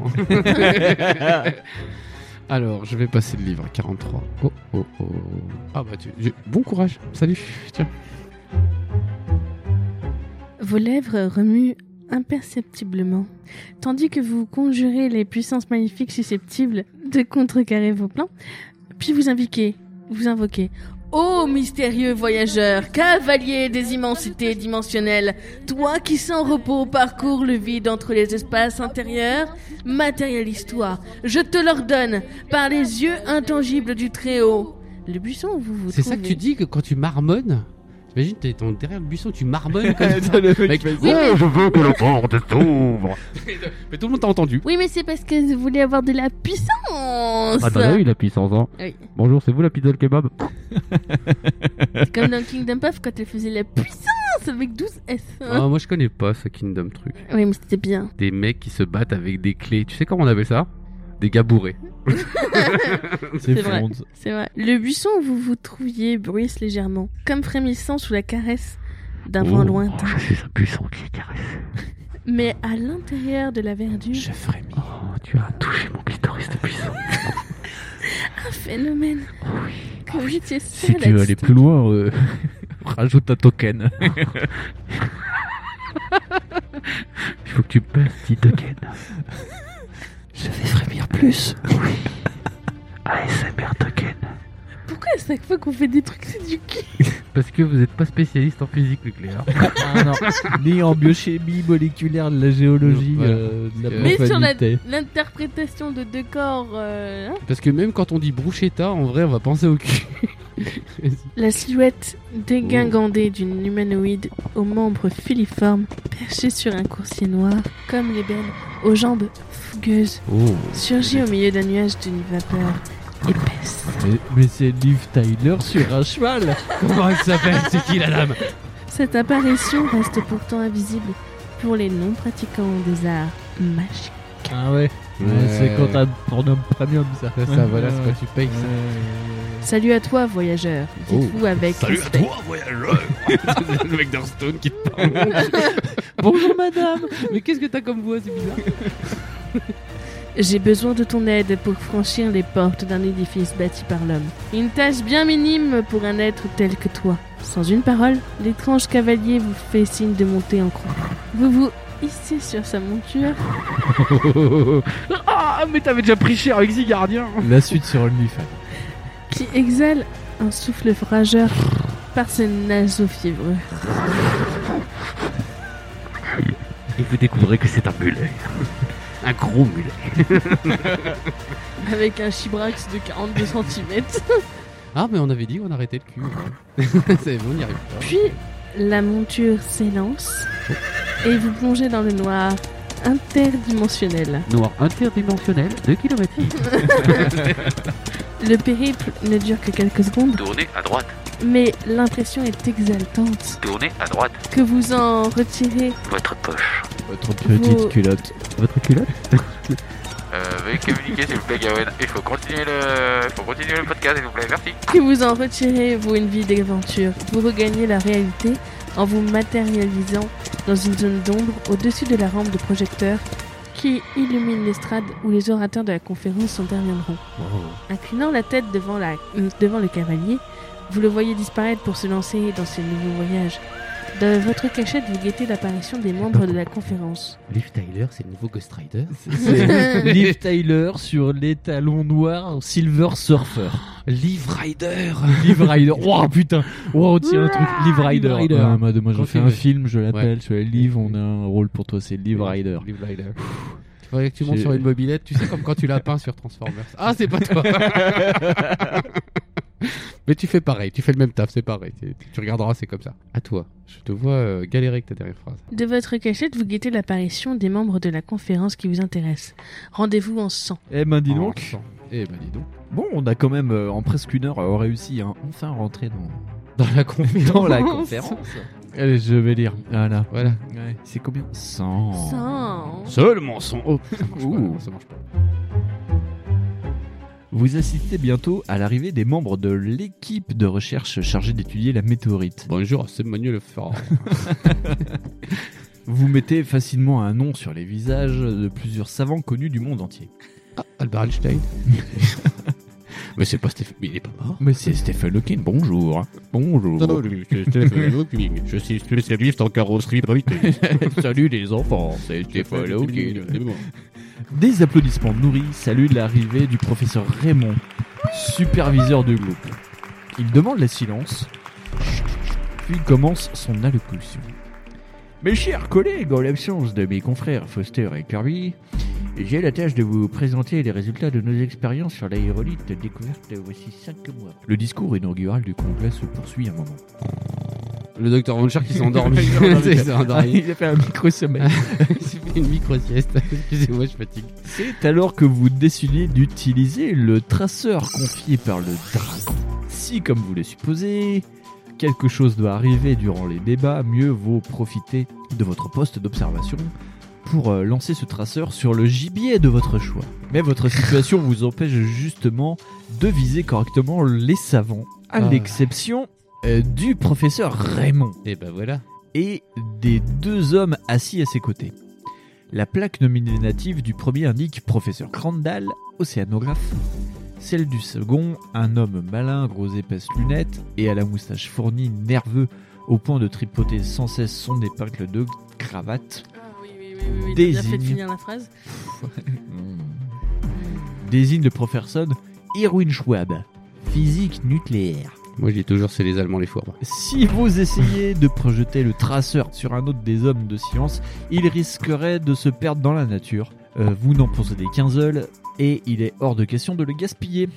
Alors, je vais passer le livre 43. Oh, oh, oh. Ah, bah, tu. je- Bon courage. Salut. Tiens. Vos lèvres remuent imperceptiblement, tandis que vous conjurez les puissances magnifiques susceptibles de contrecarrer vos plans, puis vous invoquez, vous invoquez. Ô mystérieux voyageur, cavalier des immensités dimensionnelles, toi qui sans repos parcours le vide entre les espaces intérieurs, matérialise-toi, je te l'ordonne, par les yeux intangibles du Très-Haut. Le buisson où vous vous C'est ça que trouvez. tu dis que quand tu marmonnes. Imagine, t'es dans- derrière le buisson, tu marmonnes comme Eh, ça. Mec, mais- je veux que le porte s'ouvre. mais tout le monde t'a entendu. Oui, mais c'est parce que vous voulez avoir de la Ah puissance. la puissance, Oui. Bonjour, c'est vous la pizza le kebab Comme dans Kingdom Puff quand elle faisait la puissance avec 12 S. hein. Ah, moi je connais pas ce Kingdom truc. Oui, mais c'était bien. Des mecs qui se battent avec des clés. Tu sais comment on appelle ça Des gars bourrés. C'est vrai. C'est vrai. Le buisson où vous vous trouviez bruisse légèrement, comme frémissant sous la caresse d'un vent lointain. Ça, Oh, c'est un buisson qui caresse. Mais à l'intérieur de la verdure, Je frémis. Oh, tu as touché mon clitoris de buisson. Oh, un phénomène que vous étiez Si seul tu veux à aller plus loin, euh, rajoute un token. Il faut que tu passes 10 tokens. Je vais frémir plus. ASMR token. Pourquoi à chaque fois qu'on fait des trucs, c'est du cul Parce que vous n'êtes pas spécialiste en physique nucléaire. Ah non. Ni en biochimie moléculaire de la géologie, Voilà. euh, de la Mais Mais sur la- profanité. l'interprétation de deux corps, euh, hein Parce que même quand on dit bruschetta, en vrai, on va penser au cul. La silhouette dégingandée d'une humanoïde aux membres filiformes, perchée sur un coursier noir, comme les belles, aux jambes fougueuses, Oh. surgit au milieu d'un nuage d'une vapeur épaisse. Mais, mais c'est Liv Tyler sur un cheval. Comment elle s'appelle C'est qui la dame Cette apparition reste pourtant invisible pour les non-pratiquants des arts magiques. Ah ouais. Ouais, C'est quand t'as un homme premium, ça. Ça, voilà, c'est Ouais. quand tu payes ça. Salut à toi, voyageur. Oh. Dites-vous avec respect. voyageur Le mec d'Hearthstone qui te parle. Bonjour madame. Mais qu'est-ce que t'as comme voix C'est bizarre. J'ai besoin de ton aide pour franchir les portes d'un édifice bâti par l'homme. Une tâche bien minime pour un être tel que toi. Sans une parole, l'étrange cavalier vous fait signe de monter en croix. Vous vous hissez sur sa monture. Ah, mais t'avais déjà pris cher avec Zigardien La suite sur OnlyFans. qui exhale un souffle rageur par ses naseaux fiévreux. Et vous découvrez que c'est un mulet. Un gros mulet. Avec un chibrax de 42 cm. Ah, mais on avait dit qu'on arrêtait le cul. c'est bon, on y arrive. Puis la monture s'élance et vous plongez dans le noir interdimensionnel. Noir interdimensionnel, 2 km. Le périple ne dure que quelques secondes, Tournez à droite, mais l'impression est exaltante tournez à droite, que vous en retirez votre poche. Votre petite petite Vous- culotte. Votre culotte Euh, veuillez communiquer s'il vous plaît Gawen, il faut continuer le, il faut continuer le podcast s'il vous plaît, merci. que vous en retirez, vous, une vie d'aventure. Vous regagnez la réalité en vous matérialisant dans une zone d'ombre au-dessus de la rampe de projecteur qui illumine l'estrade où les orateurs de la conférence interviendront. Inclinant la tête devant, la, euh, devant le cavalier, vous le voyez disparaître pour se lancer dans ses nouveaux voyages. Dans votre cachette, vous guettez l'apparition des membres de la conférence. Liv Tyler, c'est le nouveau Ghost Rider. Liv Tyler sur les talons noirs Silver Surfer. Liv Rider Liv Rider. Wow, putain. Wow, tiens, un truc. Liv Rider. Liv Rider. Ah, moi, moi, je Gros fais film. un film, je l'appelle. Je fais Liv, on a un rôle pour toi, c'est Liv Rider. Liv Rider. Il faudrait que tu montes J'ai- sur une mobilette, tu sais, comme quand tu l'as peint sur Transformers. Ah, c'est pas toi Mais tu fais pareil, tu fais le même taf, c'est pareil. Tu, tu regarderas, c'est comme ça. À toi, je te vois euh, galérer avec ta dernière phrase. De votre cachette, vous guettez l'apparition des membres de la conférence qui vous intéresse. Rendez-vous en sang. Eh ben, dis En donc. sang. Eh ben, dis donc. Bon, on a quand même, euh, en presque une heure, euh, réussi à enfin rentrer dans, Dans la conférence. dans la conférence. Allez, je vais lire. Voilà. Voilà. C'est combien 100. Sang. Seulement son. Oh, ça marche pas, Ouh. non, ça marche pas. Vous assistez bientôt à l'arrivée des membres de l'équipe de recherche chargée d'étudier la météorite. Bonjour, c'est Manuel Ferrand. Vous mettez facilement un nom sur les visages de plusieurs savants connus du monde entier. Albert Einstein. Mais c'est pas Stéphane. Mais il est pas mort. Mais c'est Stephen Hawking, bonjour. Oh, Bonjour. Je suis spécialiste en carrosserie britée. Salut les enfants, c'est Stephen Hawking. Des applaudissements nourris saluent l'arrivée du professeur Raymond, superviseur du groupe. Il demande le silence, puis commence son allocution. Mes chers collègues, en l'absence de mes confrères Foster et Kirby, j'ai la tâche de vous présenter les résultats de nos expériences sur l'aérolite découverte voici 5 mois. Le discours inaugural du congrès se poursuit un moment. Le docteur Voncher qui s'est endormi. Il s'est endormi. a fait un micro-sommeil. Il s'est fait une micro-sieste. Excusez-moi, je fatigue. C'est alors que vous décidez d'utiliser le traceur confié par le dragon. Si, comme vous le supposez, quelque chose doit arriver durant les débats, mieux vaut profiter de votre poste d'observation pour euh, lancer ce traceur sur le gibier de votre choix. Mais votre situation vous empêche justement de viser correctement les savants, à Ah. l'exception euh, du professeur Raymond Et bah voilà. et des deux hommes assis à ses côtés. La plaque nominative du premier indique professeur Crandall, océanographe. Celle du second, un homme malin, gros épaisse lunettes et à la moustache fournie, nerveux, au point de tripoter sans cesse son épingle de cravate. Ah oui, oui, oui, oui, oui. Désigne. Déjà fait de finir la phrase. Désigne le professeur Irwin Schwab, physique nucléaire. Moi, je dis toujours, c'est les Allemands les fourbes. Si vous essayez de projeter le traceur sur un autre des hommes de science, il risquerait de se perdre dans la nature. Euh, vous n'en possédez qu'un seul et il est hors de question de le gaspiller.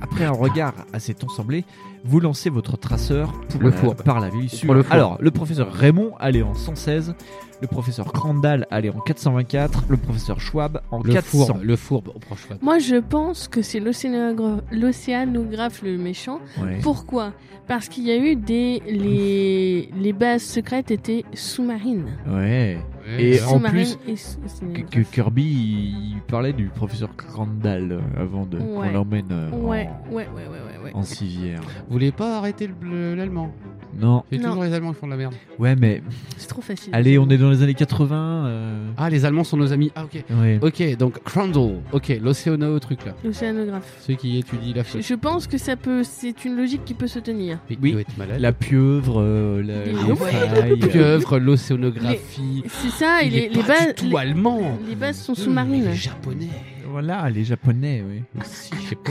Après un regard assez ensemblé, vous lancez votre traceur pour Le la- fourbe. par la ville sur. le fourbe. Alors, le professeur Raymond allait en 116, le professeur Crandall allait en 424, le professeur Schwab en Le 400. fourbe, le fourbe, on prend Schwab. Moi, je pense que c'est l'océanogra- l'océanographe le méchant. Ouais. Pourquoi Parce qu'il y a eu des. Les, les bases secrètes étaient sous-marines. Ouais. Et en Sous-marines plus, et sous- que, que Kirby il, il parlait du professeur Crandall euh, avant de Ouais. qu'on l'emmène euh, Ouais, en- ouais, ouais, ouais, ouais. ouais. en, civière. Vous voulez pas arrêter le bleu- l'allemand Non. C'est Non. toujours les Allemands qui font de la merde. Ouais, mais C'est trop facile. allez, on est dans les années 80. euh, Ah, les Allemands sont nos amis. Ah, ok. Ouais. Ok, donc Crandall. Ok, l'océano truc là. L'océanographe. Ceux qui étudient la Je, faute. je pense que ça peut. C'est une logique qui peut se tenir. Il Oui. doit être malade. La pieuvre, euh, la- Ah les ouais, failles, La euh, pieuvre, l'océanographie. C'est ça, et Il les, est les pas bases. du tout les- allemand. les bases sont Il sous-marines. Mmh, est japonais. euh, Voilà, les japonais, oui. Si, je sais pas.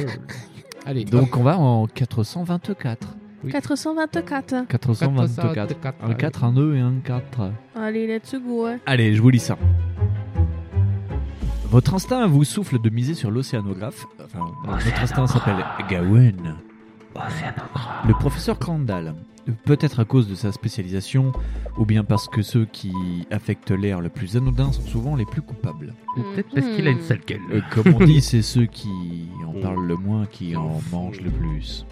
Allez, donc. Donc on va en 424. oui. 424. 424. Un 4, un 2 et un 4. Allez, let's go. hein. Allez, je vous lis ça. Votre instinct vous souffle de miser sur l'océanographe. Enfin, votre instinct s'appelle Gawain. Le professeur Crandall. Peut-être à cause de sa spécialisation, ou bien parce que ceux qui affectent l'air le plus anodin sont souvent les plus coupables. Peut-être parce qu'il a une sale Euh, gueule. comme on dit, c'est ceux qui en parlent le moins qui en mangent le plus.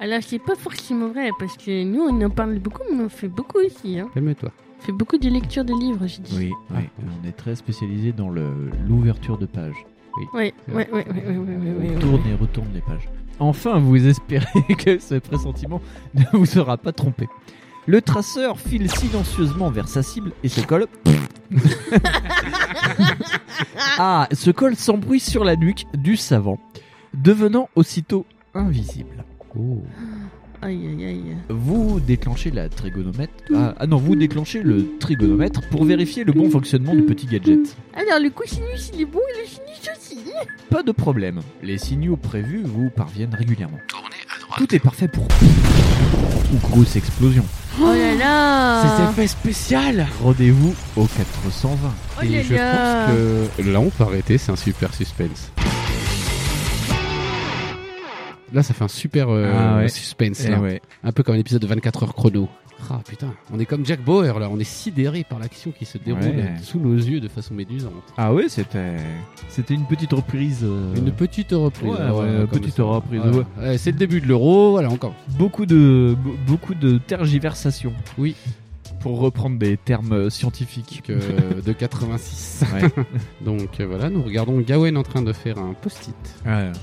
Alors, c'est pas forcément vrai, parce que nous, on en parle beaucoup, mais on fait beaucoup aussi. Hein. Calme-toi. On fait beaucoup de lecture de livres, j'ai dit. Oui, oui, on est très spécialisé dans le- l'ouverture de page. Ouais, ouais, ouais, ouais, ouais, ouais, ouais, ouais, ouais. Tourne et retourne les pages. Enfin, vous espérez que ce pressentiment ne vous sera pas trompé. Le traceur file silencieusement vers sa cible et se colle. ah, se colle sans bruit sur la nuque du savant, devenant aussitôt invisible. Aïe, aïe, aïe. Vous déclenchez la trigonomètre. Ah, ah non, vous déclenchez le trigonomètre pour vérifier le bon fonctionnement du petit gadget. Alors, le cosinus, il est bon, et le sinus aussi. Pas de problème, les signaux prévus vous parviennent régulièrement. Tournez à droite. Tout est parfait pour. Ou grosse explosion. Oh là là Ah. effets spécial Rendez-vous au 420. Oh là là Là, on peut arrêter, c'est un super suspense. Là, ça fait un super euh, Ah ouais. suspense. Eh là. ouais. Un peu comme un épisode de 24 heures chrono. Ah putain, on est comme Jack Bauer là, on est sidéré par l'action qui se déroule Ouais. sous nos yeux de façon médusante. Ah ouais, c'était. C'était une petite reprise. euh, Une petite reprise. Ouais, hein, ouais, voilà, comme petite ça. reprise, Voilà. Ouais, c'est le début de l'euro, voilà encore. Beaucoup de. be- Beaucoup de tergiversations. Oui. Pour reprendre des termes euh, scientifiques. Que, euh, de 86. Ouais. Donc euh, voilà, nous regardons Gawen en train de faire un post-it.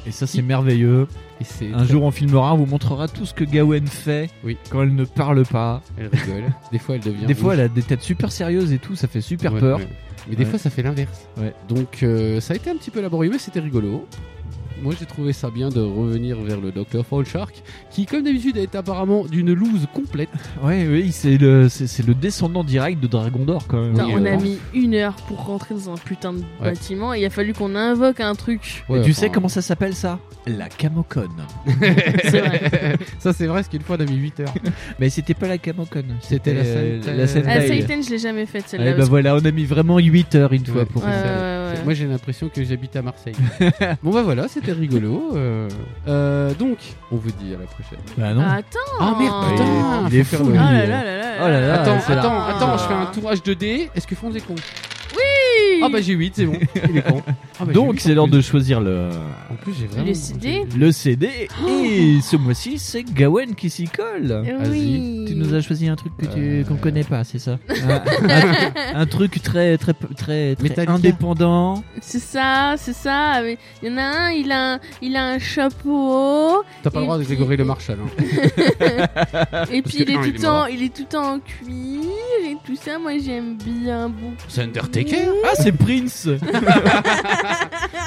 Et ça, c'est merveilleux. Et c'est Un très- jour, on filmera, on vous montrera tout ce que Gawen fait Oui. quand elle ne parle pas. elle rigole. Des fois, elle devient. Des fois, rouge. elle a des têtes super sérieuses et tout, ça fait super Ouais, peur. ouais. Mais des Ouais. fois, ça fait l'inverse. Ouais. Donc euh, ça a été un petit peu laborieux, mais c'était rigolo. Moi, j'ai trouvé ça bien de revenir vers le docteur Shark, qui, comme d'habitude, est apparemment d'une loose complète. Ouais, oui, c'est le, c'est, c'est le descendant direct de Dragon d'Or quand même. Putain, Oui, on euh, a mis une heure pour rentrer dans un putain de bâtiment et il a fallu qu'on invoque un truc. Et Ouais, tu enfin, sais comment ça s'appelle ça La camocone. C'est vrai. Ça, c'est vrai, ce qu'une fois, on a mis 8 heures. Mais c'était pas la camocone, C'était la euh, Sentai. la Ah, Sentai. Satan, je l'ai jamais faite Eh celle-là. ben parce bah, que- voilà, on a mis vraiment 8 heures une fois Ouais. pour Ouais, ça. ouais, ouais, ouais. Moi, j'ai l'impression que j'habite à Marseille. bon, bah voilà, c'était rigolo. euh. Euh, donc, on vous dit à la prochaine. Bah non. Ah, Attends Ah merde, putain il est faut faire fou, le- lui. Oh là là là là là Oh là là, Ah, Attends, c'est attends, Ah, là. attends, je fais un tourage de dés. Est-ce que font des cons Oui Ah bah j'ai 8, c'est bon. Il est con. Ah bah, j'ai Donc huit, c'est en l'heure plus. de choisir le, En plus, j'ai vraiment. Le CD le CD. Et ce mois-ci, c'est Gawen qui s'y colle. Oh. Eh Oui. Tu nous as choisi un truc que Euh. tu qu'on connaît pas, c'est ça un, un truc très très très, très Metallica. indépendant. C'est ça, c'est ça. mais Il y en a un, il a un, il a un chapeau haut, T'as pas le droit de Grégory Le Marchal. hein. et puis il que- est, non, tout il est en, mort. il est tout en cuir et tout ça. Moi j'aime bien beaucoup. C'est Undertaker Ah, Ah, c'est Prince.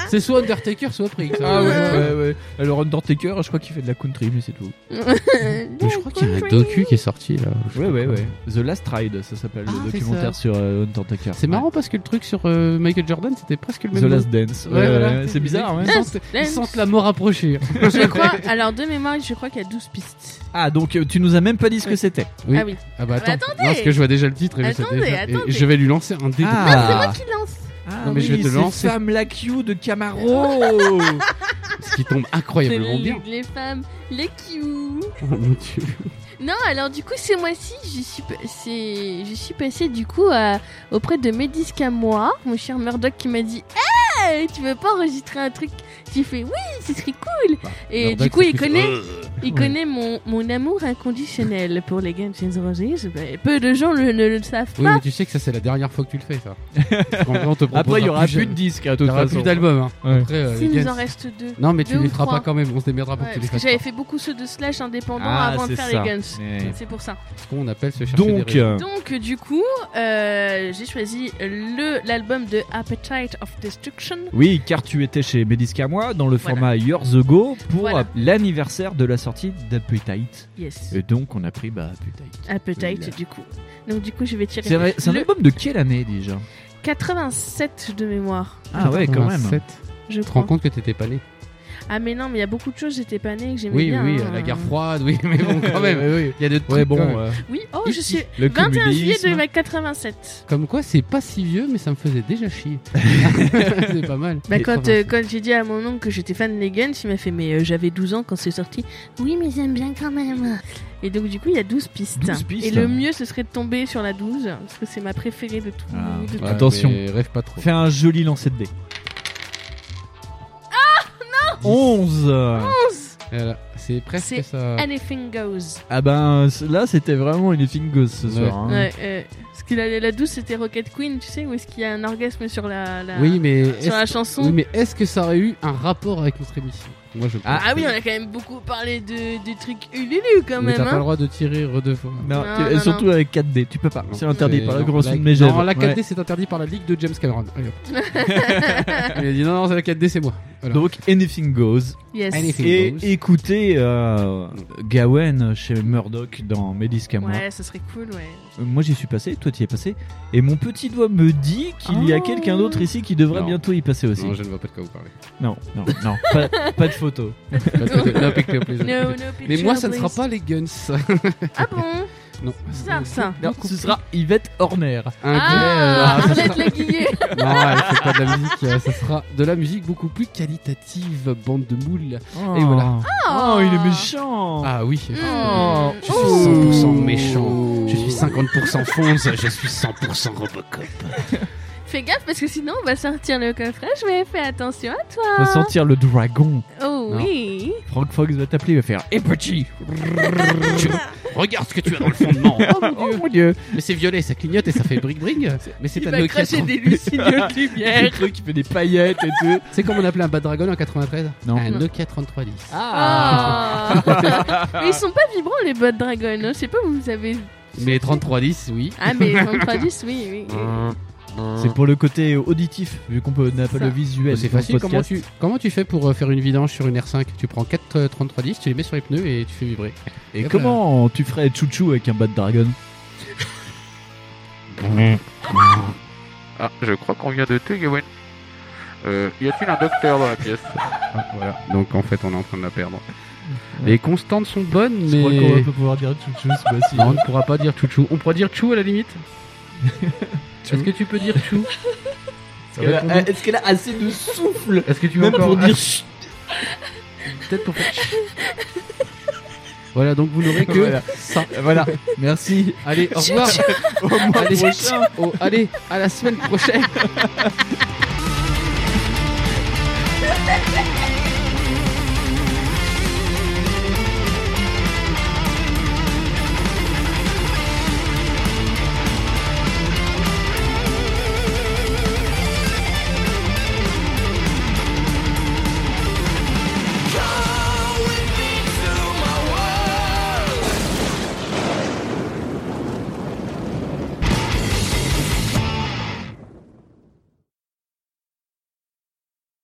C'est soit Undertaker, soit Prince. hein. Ah ouais, ouais, ouais, ouais. Alors Undertaker, je crois qu'il fait de la country, mais c'est tout. Mais je crois qu'il y a un docu qui est sorti là. Ouais, ouais, ouais. The Last Ride, ça s'appelle Ah, le c'est documentaire sur euh, Undertaker. C'est marrant parce que le truc sur euh, Michael Jordan, c'était presque le Ouais. même. The Last Dance. Ouais, Ouais, voilà. ouais, C'est bizarre, ouais. Ils sentent, ils Lance. sentent la mort approcher. Je crois, alors de mémoire, je crois qu'il y a 12 pistes. Ah, donc euh, tu nous as même pas dit ce que c'était. Oui. Ah oui. Ah Ah bah bah attends, attendez. non, parce que je vois déjà le titre et je sais Attendez, déjà- et attendez. je vais lui lancer un dé. de- Ah, Qui lance Ah Non, mais je vais oui, te c'est lancer. Femme Like You de Camaro. Ce qui tombe C'est incroyablement les, bien. les femmes, les kiwis. Oh mon dieu. Non, alors du coup, ce mois-ci, je suis, pa- c'est- je suis passée du coup à- auprès de Médis moi, mon cher Murdoch qui m'a dit Hey, tu veux pas enregistrer un truc J'ai fait Oui, ce serait cool Et Bah, Murdoch, du coup, c'est il plus- connaît, il Ouais. connaît mon, mon amour inconditionnel pour les Games Roses. Ben, Peu de gens le- ne le savent Oui, pas. mais tu sais que ça, c'est la dernière fois que tu le fais, ça. Parce qu'en vrai, on te Après, il y proposera aura plus jamais- de disques, à Il toute y aura façon. plus d'albums. hein. Ouais. Après, euh, S'il les nous gars, en reste deux. Non, mais tu deux les ou feras trois. pas quand même. On se démerdra pour Ouais, que tu les parce que fasses. j'avais fait beaucoup ceux de Slash indépendants Ah, avant de c'est faire ça. les Guns. Ouais. C'est pour ça. Ce qu'on appelle se chercher des Donc, raisons. euh, Donc du coup, euh, j'ai choisi le l'album de Appetite of Destruction. oui, car tu étais chez Bédisca moi dans le Voilà. format Years Ago pour Voilà. euh, l'anniversaire de la sortie d'Appetite. Yes. Et donc, on a pris bah, Appetite. Appetite oui, là. du coup. Donc du coup, je vais tirer C'est un, c'est un le album de quelle année déjà 87 de mémoire. Ah ouais, quand même. 87. Je Tu te rends crois. compte que t'étais pas né Ah mais non, mais il y a beaucoup de choses j'étais pas née et que j'aimais Oui, bien. oui, hein. la guerre froide, oui, mais bon, quand même. oui. Il y a des trucs. Ouais, quand même. bon. euh, Oui, oh, je suis le 21 juillet communisme. 87. Comme quoi, c'est pas si vieux, mais ça me faisait déjà chier. c'est pas mal. Bah, quand, 87. euh, quand j'ai dit à mon oncle que j'étais fan des Guns, il m'a fait Mais euh, j'avais 12 ans quand c'est sorti. Oui, mais j'aime bien quand même. Et donc, du coup, il y a 12 pistes. 12 pistes. Et le mieux, ce serait de tomber sur la 12, parce que c'est ma préférée de tout. Ah. de tout. Ouais. Attention. mais Rêve pas trop. Fais un joli lancer de dés. Ah non 11 Voilà, c'est C'est presque ça. Anything goes. Ah ben c- là c'était vraiment une fingos ce Ouais. soir. hein. Ouais, euh, parce que la, la 12, c'était Rocket Queen, tu sais, où est-ce qu'il y a un orgasme sur la, la- Oui, mais sur la est-ce chanson. oui, mais est-ce que ça aurait eu un rapport avec notre émission Moi, je pense Ah, que- oui, on a quand même beaucoup parlé de, des trucs Ululu quand Mais même. t'as pas le Hein. droit de tirer deux fois. Non, Non, tu- non, et non. surtout avec 4D, tu peux pas. C'est interdit par la non, grosse la- de mes Non, la 4D, c'est interdit par la ligue de James Cameron. Allez, hop. Il a dit non, non, c'est la 4D, c'est moi. Voilà. Donc anything goes. Yes. Anything. Et goes. écoutez euh, Gawen chez Murdoch dans Medisca moi. Ouais, ça serait cool, ouais. Euh, Moi j'y suis passé, toi t'y es passé. Et mon petit doigt me dit qu'il y a Oh. quelqu'un d'autre ici qui devrait Non. bientôt y passer aussi. Non, je ne vois pas de quoi vous parlez. Non, non, non, pas, pas de photo. Pas de photo. Non, pick-up, les amis. No, no Mais picture, moi, ça ne please. sera pas les guns. Ah bon non. Bizarre ça. Non, ce sera Yvette Horner. Un Ah, gros- Arlette la Guillet. Non, elle fait pas de la musique, euh, ça sera de la musique beaucoup plus qualitative, bande de moules. Et voilà. Oh. Oh, il est méchant. Ah oui. Oh. Je suis 100% méchant. Je suis 50% fonce, je suis 100% Robocop. Fais gaffe parce que sinon on va sortir le coffrage, mais fais attention à On va toi. sentir le dragon. Oh Non. oui. Frank Fox va t'appeler, il va faire Et petit Regarde ce que tu as dans le fondement. Oh mon Oh dieu. mon dieu Mais c'est violet, ça clignote et ça fait bring-bring. Mais c'est Il un va Nokia cracher 30. des lucignoles de Le lumière. truc qui fait des paillettes et tout. C'est comme on appelait un Bad Dragon en 93 Non. Un Non. Nokia 3310. Ah. mais ils sont pas vibrants les bots dragons. hein. Je sais pas où vous avez. Mais 3310, oui. Ah mais ils ont traduit, oui oui. C'est pour le côté auditif, vu qu'on peut- n'a pas Ça. le visuel. Hein. C'est dans le facile. Comment podcast. tu, comment tu fais pour euh, faire une vidange sur une R5 Tu prends 4 euh, 3310, tu les mets sur les pneus et tu fais vibrer. Et Hop là. comment tu ferais chouchou avec un bad dragon ben, Ah, je crois qu'on vient de tuer Gawain. Euh, y a-t-il un docteur dans la pièce ah, voilà. Donc en fait, on est en train de la perdre. Les constantes sont bonnes, Je crois qu'on va mais. pas pouvoir dire chouchou ce mois-ci. Non, on ne pourra pas dire chouchou. On pourra dire chou à la limite. Est-ce que tu peux dire chou Est-ce Euh, qu'elle a- Est-ce qu'elle a assez de souffle Est-ce que tu veux Même encore pour dire chut Peut-être pour faire chou. Voilà, donc vous n'aurez que Voilà. ça. Voilà, merci. Allez, au revoir. Au mois Allez, prochain. au- allez, à la semaine prochaine.